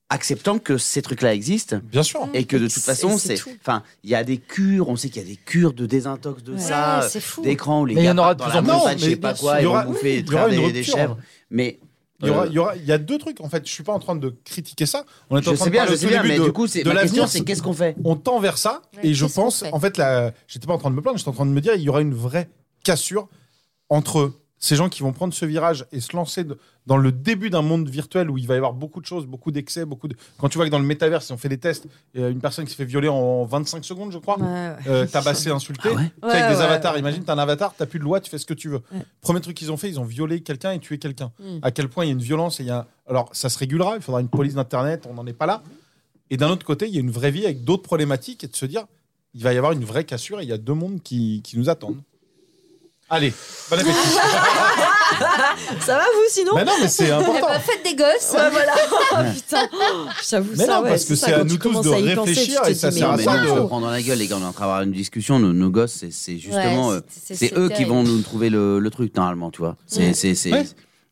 acceptant que ces trucs-là existent.
Bien sûr.
Et que de
Et
toute
c'est-
façon,
et c'est
c'est,
tout.
enfin, il y a des cures. On sait qu'il y a des cures de désintox de
Ouais,
ça,
c'est fou.
d'écran où les
Mais il y
gars
en aura
partent
de
dans
plus
la
en plus.
montagne, je
mais
sais pas
bien
quoi,
sûr,
et
il y aura-
vont bouffer,
il y aura
des,
une
des
rupture.
chèvres. Mais
Il y, aura,
euh,
il, y aura- il y a deux trucs en fait. Je suis pas en train de critiquer ça. On est en
Je
train
sais
de
bien,
parler
je
au
sais
tout
bien,
début
mais
de,
du coup, c'est-
de
ma question,
l'avenir.
c'est qu'est-ce qu'on fait
On tend vers ça
Ouais,
et je
qu'est-ce qu'on
pense
fait
en fait là, j'étais pas en train de me plaindre, j'étais en train de me dire il y aura une vraie cassure entre ces gens qui vont prendre ce virage et se lancer de- dans le début d'un monde virtuel où il va y avoir beaucoup de choses, beaucoup d'excès, beaucoup de. Quand tu vois que dans le métavers, si on fait des tests, il y a une personne qui se fait violer en 25 secondes, je crois.
Ouais, ouais.
euh, tabassé, insulté,
Ah ouais
Tu sais, avec
Ouais,
des
ouais,
avatars.
ouais.
Imagine, t'as un avatar, t'as plus de loi, tu fais ce que tu veux.
Ouais.
Premier truc qu'ils ont fait, ils ont violé quelqu'un et tué quelqu'un.
Mm.
À quel point il y a une violence et il y a. Alors, ça se régulera, il faudra une police d'internet, on n'en est pas là. Et d'un autre côté, il y a une vraie vie avec d'autres problématiques et de se dire, il va y avoir une vraie cassure et il y a deux mondes qui, qui nous attendent. Allez, bon appétit.
Ça va vous sinon
mais non, mais c'est important.
Bah, faites des gosses.
Ouais, voilà. Oh, putain. Oh, J'avoue
Mais
ça.
non,
ouais,
parce que
ça,
c'est à
quand
nous
tu
tous
commences
de
à y penser,
réfléchir
tu te
et ça
dis,
sert
Non,
à
mais
ça
non,
de-
je le prends dans la gueule, les gars, on est en train d'avoir une discussion. Nos, nos gosses, c'est- c'est justement.
Ouais,
euh,
c'est- c'est-
c'est eux
c'est
qui vont
terrible.
nous trouver le, le truc, normalement, tu vois. C'est.
Ouais.
c'est- c'est-
Ouais.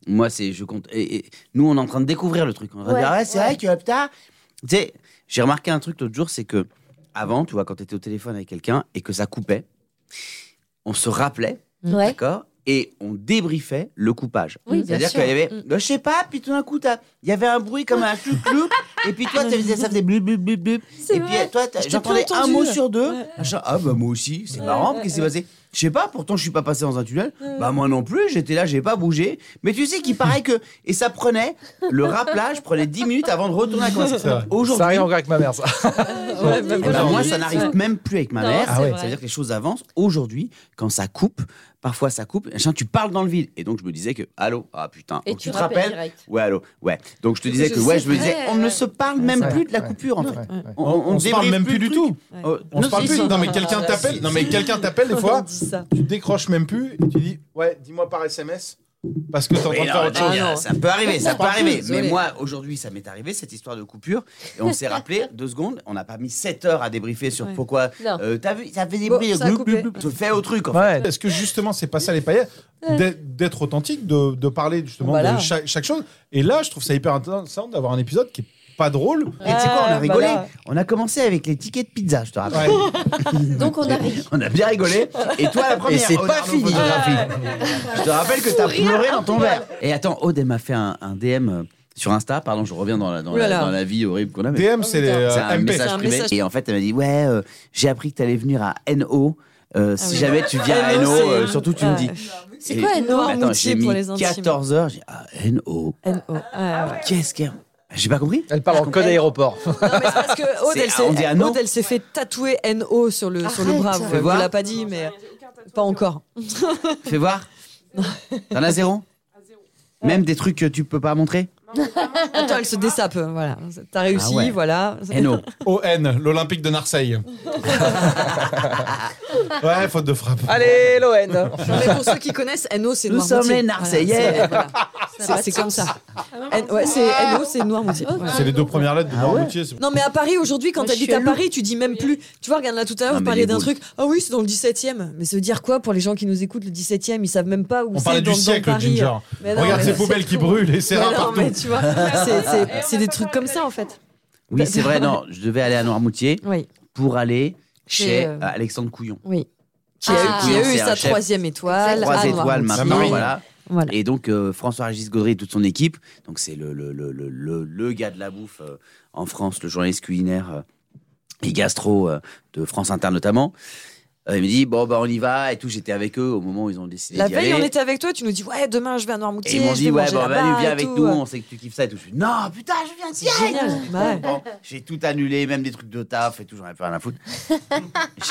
Moi, c'est. Je compte. Et, et nous, on est en train de découvrir le truc. On va
Ouais,
dire, ouais, c'est
ouais.
vrai que putain. Tu sais, j'ai remarqué un truc l'autre jour, c'est que avant, tu vois, quand tu étais au téléphone avec quelqu'un et que ça coupait, on se rappelait,
Ouais.
d'accord et on débriefait le coupage.
Oui, bien
C'est-à-dire
sûr.
qu'il y avait, bah,
Mm.
je sais pas, puis tout d'un coup, t'as- il y avait un bruit comme un clou et puis toi, ça faisait, ça faisait blub, blub, blub, blub.
C'est
Et
vrai.
puis toi, t'as-
Je t'ai
j'entendais
pas
un
entendu.
mot sur deux.
Ouais.
Machin. Ah bah moi aussi, c'est
Ouais,
marrant,
ouais,
qu'est-ce qui s'est
ouais.
passé Je sais pas, pourtant je suis pas passé dans un tunnel.
Ouais.
Bah moi non plus, j'étais là, j'ai pas bougé. Mais tu sais qu'il paraît que. Et ça prenait, le rappelage prenait 10 minutes avant de retourner à la
C'est vrai.
conversation.
Ça
Aujourd'hui,
arrive encore avec ma mère, ça.
Ouais, bah,
eh ben,
voilà.
moi, ça n'arrive
Ouais.
même plus avec ma
Non,
mère.
c'est Ah ouais. vrai.
C'est-à-dire que les choses avancent. Aujourd'hui, quand ça coupe, parfois ça coupe, machin, tu parles dans le vide. Et donc, je me disais que, allô, ah putain,
Et
Donc,
tu rappelles direct.
Ouais, allô, ouais. Donc, je te disais
Je
que, ouais,
sais
je me disais,
vrai,
on ne
ouais.
se parle même
Ouais,
plus de la
ouais.
coupure, en fait.
Ouais, ouais.
On,
On se parle
débriefe
même plus
le
du
truc.
tout.
Ouais.
Euh,
On se
non,
parle
si,
plus.
si.
Non, mais quelqu'un
Ah,
t'appelle.
si,
Non,
si.
mais quelqu'un t'appelle des
On
fois.
dit ça.
Tu décroches même plus et tu dis ouais, dis-moi par SMS parce que t'es en
Oui,
train de
non,
faire autre
non,
chose.
Ah, non.
Ça peut arriver, ça peut
Partout,
arriver.
désolé.
Mais moi, aujourd'hui, ça m'est arrivé, cette histoire de coupure. Et on s'est rappelé, deux secondes, on n'a pas mis 7 heures à débriefer sur
Ouais.
pourquoi.
Non.
euh, T'as vu, ça fait des
Bon,
bruits.
ça a
gloup,
coupé.
gloup, gloup. Fais au truc, en fait.
Ouais.
Est-ce que justement, c'est pas ça les paillettes d'être- D'être authentique, de, de parler justement
Voilà.
de chaque, chaque chose. Et là, je trouve ça hyper intéressant d'avoir un épisode qui est pas drôle.
Et tu sais quoi, on
Ah,
a rigolé.
voilà.
On a commencé avec les tickets de pizza, je te rappelle.
Ouais.
Donc on arrive.
On a bien rigolé. Et toi, la première.
c'est
Aude
pas
Arnaud
fini.
Photographie. Je te rappelle que t'as pleuré dans ton verre. Et attends, Aude, elle m'a fait un, un DM euh, sur Insta. Pardon, je reviens dans la, dans
Ouh Oh là
la,
là.
dans la vie horrible qu'on a. mais
DM, c'est les euh,
C'est un
MP.
message
C'est un
privé.
message-
Et en fait, elle m'a dit Ouais, euh, j'ai appris que t'allais venir à NO. Euh, si
oui.
jamais tu viens à
Ah, non,
NO,
c'est-
euh, surtout tu me dis.
Ouais.
C'est
Et-
quoi un
énorme
Attends,
outil
j'ai mis
pour les intimes
14 heures. J'ai dit, Ah, NO.
NO. Ouais, ouais.
Qu'est-ce qu'il y a J'ai pas compris.
Elle parle en code aéroport.
Non, mais c'est parce que Aude,
C'est-
elle s'est-
on dit à
Aude,
non.
elle s'est fait tatouer NO sur le, sur le
Arrête.
bras.
Fais
Vous ne
voir.
l'a pas dit, mais pas encore.
Fais voir. T'en as zéro Même des trucs que tu peux pas montrer
Attends, elle se dessape. Voilà. T'as réussi,
Ah ouais.
voilà.
NO.
ON, l'Olympique de Marseille. ouais, faute de frappe.
Allez, Loen
Non, mais pour ceux qui connaissent, NO, c'est
Nous
noir
sommes les Marseillais.
C'est comme ça.
Ah,
N- ouais, c'est NO, c'est noir moutier.
C'est les deux premières lettres de
Ah
Noirmoutier. c'est-
Non mais à Paris aujourd'hui quand
Moi, je
t'habites
suis
à
à
Paris tu dis même plus tu vois regarde là tout à l'heure
Non,
vous
mais
parliez
les
d'un
boules.
truc ah oui c'est dans le 17e mais ça veut dire quoi pour les gens qui nous écoutent le 17e ils savent même pas où
On
c'est
parlait
dans,
du
dans
siècle,
Paris.
Ginger.
Mais non,
Regarde
mais
ces
c'est
poubelles qui
trop.
brûlent et c'est
Mais
rats
non
partout.
mais tu vois c'est- c'est c'est des trucs comme ça en fait
Oui, c'est vrai, non. Je devais aller à Noirmoutier
oui
pour aller chez
Chez, euh,
euh, Alexandre Couillon.
oui qui
Ah.
a, qui a
C'est
eu
un
sa
chef.
troisième étoile
Trois
à
étoiles
Noirmoutier.
maintenant,
Marine.
voilà.
Ah bah Voilà.
Et donc euh, François-Régis Gaudry et toute son équipe, donc c'est le, le, le, le, le- le gars de la bouffe euh, en France, le journaliste culinaire euh, et gastro euh, de France Inter notamment. Euh, il me dit bon bah on y va et tout. J'étais avec eux au moment où ils ont décidé
la
d'y
veille
aller.
on était avec toi tu nous dis ouais demain je vais à
Et
Noirmoutier
ils m'ont
je
dit
vais
ouais
manger
bon
là-bas
bah,
et
viens avec
tout.
nous, on sait que tu kiffes ça et tout. Je fais, non putain je viens
c'est génial ouais.
Bon, j'ai tout annulé, même des trucs de taf et tout, j'en ai plus rien à foutre.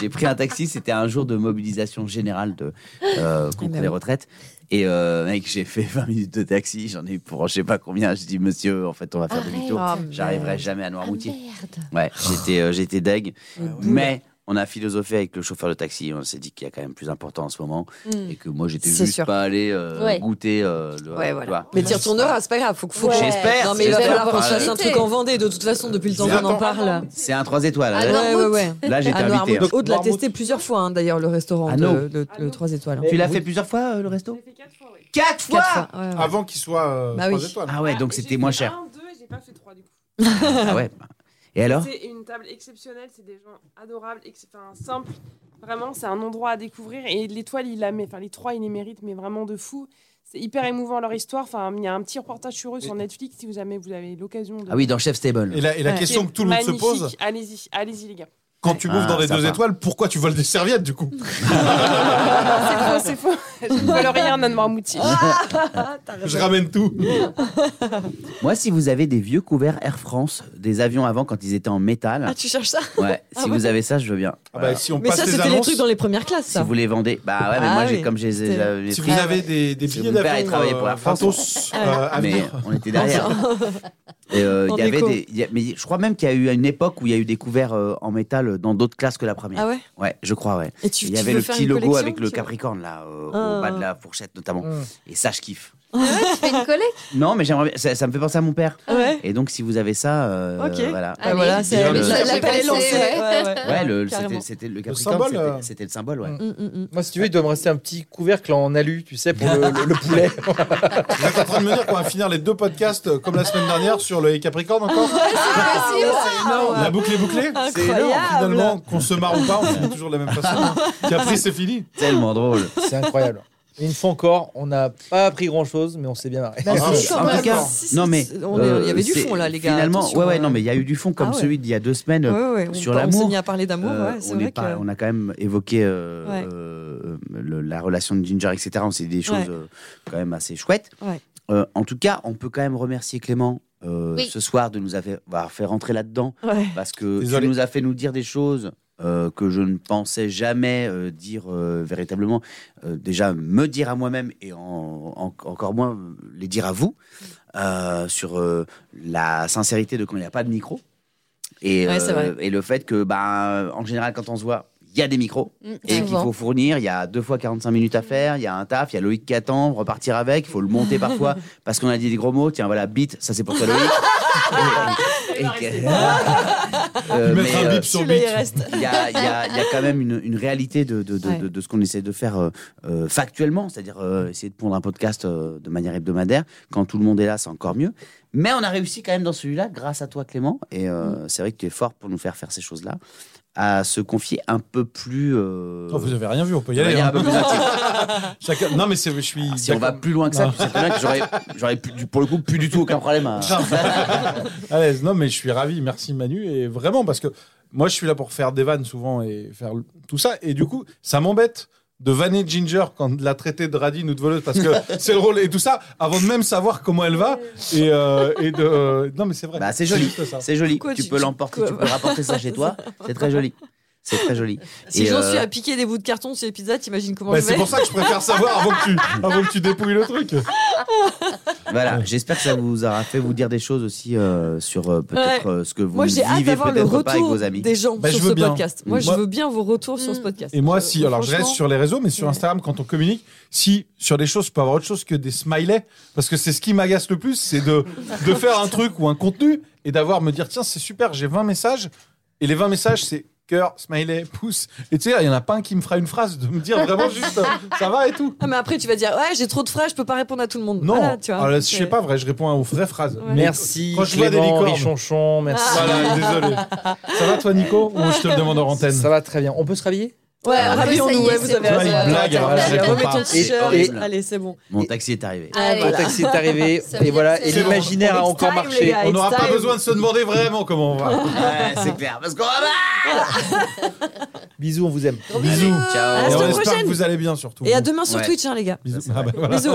j'ai pris un taxi, c'était un jour de mobilisation générale de, euh, contre
ben
les
oui.
retraites. Et euh, mec, j'ai fait 20 minutes de taxi, j'en ai eu pour je sais pas combien. Je dis, monsieur, en fait, on va faire
Arrête.
demi-tour.
Oh,
Ah,
J'arriverai jamais à
Ah,
Noirmoutier.
merde.
Ouais, j'étais euh, j'étais deg.
Ah
Mais on a philosophé avec le chauffeur de taxi. On s'est dit qu'il y a quand même plus important en ce moment. Et que moi, j'étais
Hmm. C'est
juste
sûr.
pas allé euh,
Ouais.
goûter euh, le.
Ouais,
tu
voilà.
vois.
Mais tire ton heure, c'est pas grave, faut que faut que-
Ouais.
J'espère.
Non mais il va
j'espère.
falloir qu'on se
Enfin,
fasse un
Arrêtez.
truc en Vendée de toute façon depuis le temps qu'on en
Attends.
parle.
C'est un 3 étoiles.
Ah,
là.
non.
Ouais, ouais, ouais.
Là, j'étais invité.
À
hein.
Noirmoutier. Aude l'a
Noirmoutier.
testé plusieurs fois, hein, d'ailleurs, le restaurant,
Ah
de-
non.
le, le 3 étoiles. hein.
Tu l'as fait plusieurs fois, euh, le resto
J'ai fait 4 fois, oui.
Quatre fois,
Quatre fois. ouais, ouais.
Avant qu'il soit euh,
Bah oui.
trois étoiles.
Ah ouais, donc
Et
c'était
j'ai
moins
fait
cher.
Un, deux, et j'ai pas fait trois du coup.
Ah ouais. Et alors
C'est une table exceptionnelle, c'est des gens adorables, ex- enfin, simples. Vraiment, c'est un endroit à découvrir et l'étoile, il la met, enfin les trois, il les mérite, mais vraiment de fou. C'est hyper émouvant leur histoire. Enfin, il y a un petit reportage sur eux sur Netflix si vous jamais vous avez l'occasion de.
Ah oui, dans Chef Stable.
Et la, et la
Ouais.
question que tout le monde se
Magnifique.
pose
Allez-y, allez-y les gars.
quand tu bouffes
Ah,
dans les
sympa.
deux étoiles, pourquoi tu voles des serviettes du coup
c'est faux, c'est faux. Je ne vole rien à Noirmoutier.
Ah,
Je ramène tout.
Moi, si vous avez des vieux couverts Air France, des avions avant quand ils étaient en métal,
Ah, tu Ah cherches ça
ouais, si vous avez ça, je veux bien.
Ah
Voilà.
bah, si on
Mais
passe
ça,
les
c'était les
annonces,
trucs dans les premières classes,
Si
ça.
vous les vendez, bah ouais, mais
Ah
moi, j'ai-
oui.
comme j'ai les,
C'était-
les-
si
les-
vous avez des, des
Si
billets
vous me permettez de
d'avion
travailler pour la
euh,
France.
Ah.
gratos, euh, à
mais
venir,
on était derrière. Et, euh,
En
il y avait
écho.
des, il y a- mais je crois même qu'il y a eu une époque où il y a eu des couverts euh, en métal dans d'autres classes que la première.
Ah ouais
Ouais, je crois, ouais.
Et tu,
Il y
tu
avait
veux
le
faire
petit
une
logo
collection,
avec le
tu vois
capricorne là, euh,
Ah.
au bas de la fourchette notamment.
Ah.
Et ça, je kiffe.
Tu fais une collecte
Non, mais j'aimerais bien. Ça, ça me fait penser à mon père.
Ouais.
Et donc, si vous avez ça, euh,
Ok.
voilà.
Bah voilà, c'est
Déjà, le-
la- l'appel est lancé. Ouais,
Ouais.
ouais.
Ouais, le-
Carrément.
c'était c'était le Capricorne,
symbole,
c'était-
euh.
c'était le symbole, ouais.
Mm.
Mm, mm, mm.
Moi, si tu veux, il doit me rester un petit couvercle en alu, tu sais, pour le, le- le poulet.
Vous êtes en train de me dire qu'on va finir les deux podcasts euh, comme la semaine dernière sur le Capricorne encore
Ah, ouais, c'est énorme.
La boucle est bouclée C'est
Incroyable.
énorme finalement, qu'on se marre ou pas, on finit toujours de la même façon. Capri, c'est fini.
Tellement drôle.
C'est incroyable. Une fois encore, on n'a pas appris grand chose, mais on s'est bien marré.
Bah,
Ah,
si,
non,
quand
en
même.
tout cas,
Si, si,
non, mais, euh,
si, on est- il y avait du
c'est-
fond là, les gars.
Finalement,
attention,
ouais, ouais,
euh.
non, mais il y a eu du fond comme
Ah ouais.
celui d'il y a deux semaines.
Ouais, ouais, on
sur
par- On s'est
l'amour.
mis à parler d'amour,
Euh,
ouais, c'est
on, est
vrai
pas-
que.
on a quand même évoqué euh,
Ouais.
euh, le- la relation de Ginger, etc. On sait des choses
Ouais.
euh, quand même assez chouettes.
Ouais.
Euh, en tout cas, on peut quand même remercier Clément euh,
Oui.
ce soir de nous avoir avoir fait rentrer là-dedans
Ouais.
parce que
Désolé.
tu nous as fait nous dire des choses euh, que je ne pensais jamais euh, dire euh, véritablement. Euh, déjà, me dire à moi-même et en- en- encore moins euh, les dire à vous euh, sur euh, la sincérité de quand il n'y a pas de micro et, euh,
Ouais, c'est vrai.
et le fait que, bah, en général, quand on se voit, il y a des micros
Mm,
et qu'il faut fournir. Il y a deux fois 45 minutes à faire, il y a un taf, il y a Loïc qui attend, repartir avec, il faut le monter parfois parce qu'on a dit des gros mots. Tiens, voilà, bite, ça c'est pour toi, Loïc. Et- et que- Euh,
Mettre
mais,
un
euh,
bip sur
celui-là,
bip.
il reste.
il y a, il y a- il y a quand même une, une réalité de, de, de,
Ouais.
de- de ce qu'on essaie de faire euh, euh, factuellement, c'est-à-dire euh, essayer de pondre un podcast euh, de manière hebdomadaire. Quand tout le monde est là, c'est encore mieux. Mais on a réussi quand même dans celui-là, grâce à toi Clément, et euh, c'est vrai que tu es fort pour nous faire faire ces choses-là, à se confier un peu plus... euh,
Oh, vous avez rien vu, on peut y
on va
aller.
dire
hein.
un peu plus intime.
Chacun- Non, mais c'est- je suis.
Ah, Si on va
d'accord. Ah.
plus loin que ça, tu sais très bien que j'aurais- j'aurais plus du- pour le coup plus du tout aucun problème à...
à l'aise. Non, mais je suis ravi. Merci Manu. Et vraiment, parce que moi, je suis là pour faire des vannes souvent et faire l- tout ça. Et du coup, ça m'embête de vanner Ginger quand la traiter de radine ou de voleuse parce que c'est le rôle et tout ça avant de même savoir comment elle va. Et, euh, et de. Non, mais c'est vrai.
Bah, c'est joli.
juste ça.
C'est joli,
Pourquoi
tu
tu-
peux
tu-
l'emporter,
quoi
tu peux rapporter ça chez toi, c'est très joli. C'est très joli.
Si
Et,
j'en
euh,
suis à piquer des bouts de carton sur les pizzas, t'imagines comment
Bah,
je vais
c'est pour ça que je préfère savoir avant que tu, avant que tu dépouilles le truc.
Voilà, j'espère que ça vous aura fait vous dire des choses aussi euh, sur euh, peut-être
Ouais.
euh, ce que vous
Moi, j'ai hâte
vivez
d'avoir le
peut-être pas avec
retour
vos amis. Hmm.
des gens
Bah,
sur
je
ce
veux bien.
podcast. Moi, je
Moi-
veux bien vos retours sur ce podcast.
Et moi,
Euh,
si, alors je reste
franchement,
sur les réseaux, mais sur
ouais.
Instagram, quand on communique, si sur des choses, je peux avoir autre chose que des smileys, parce que c'est ce qui m'agace le plus, c'est de, de faire un truc ou un contenu et d'avoir me dire, tiens, c'est super, j'ai 20 messages, et les 20 messages, c'est cœur, smiley, pouce. Et tu sais, il n'y en a pas un qui me fera une phrase de me dire vraiment juste, euh, ça va et tout.
Ah, mais après, tu vas dire, ouais, j'ai trop de frais, je peux pas répondre à tout le monde.
Non,
Voilà, tu vois.
alors, je sais
C'est-
pas, vrai, je réponds aux vraies phrases.
Ouais.
Mais-
Merci
Quand je vois des
Clément,
licornes.
Richonchon, merci.
Voilà, désolé. Ça va toi, Nico Ou je te le demande en antenne
Ça va très bien. On peut se rhabiller
Ouais,
Ah,
rhabillons-nous,
ça y est,
ouais, vous
c'est
avez
bon.
raison.
Ouais,
Attends,
Ah, blague,
attends,
alors, je
allez,
réponds
remets
pas.
ton
Et-
t-shirt.
horrible.
Allez, c'est bon.
Mon taxi est arrivé.
Ah,
Allez.
Le
voilà.
taxi est arrivé.
Ça veut
et
dire
voilà,
que
et
c'est bon.
l'imaginaire a
It's
encore
time,
marché.
les gars,
On
it's
n'aura pas
time.
besoin de se demander vraiment comment on va.
Ouais, c'est clair, parce qu'on va voir.
Bisous, on vous aime.
Bisous.
À la
Et on
Ciao.
semaine
espère
prochaine.
que vous allez bien surtout.
Et à demain sur
Ouais.
Twitch, hein, les gars.
Bisous. Ah bah voilà.
Bisous.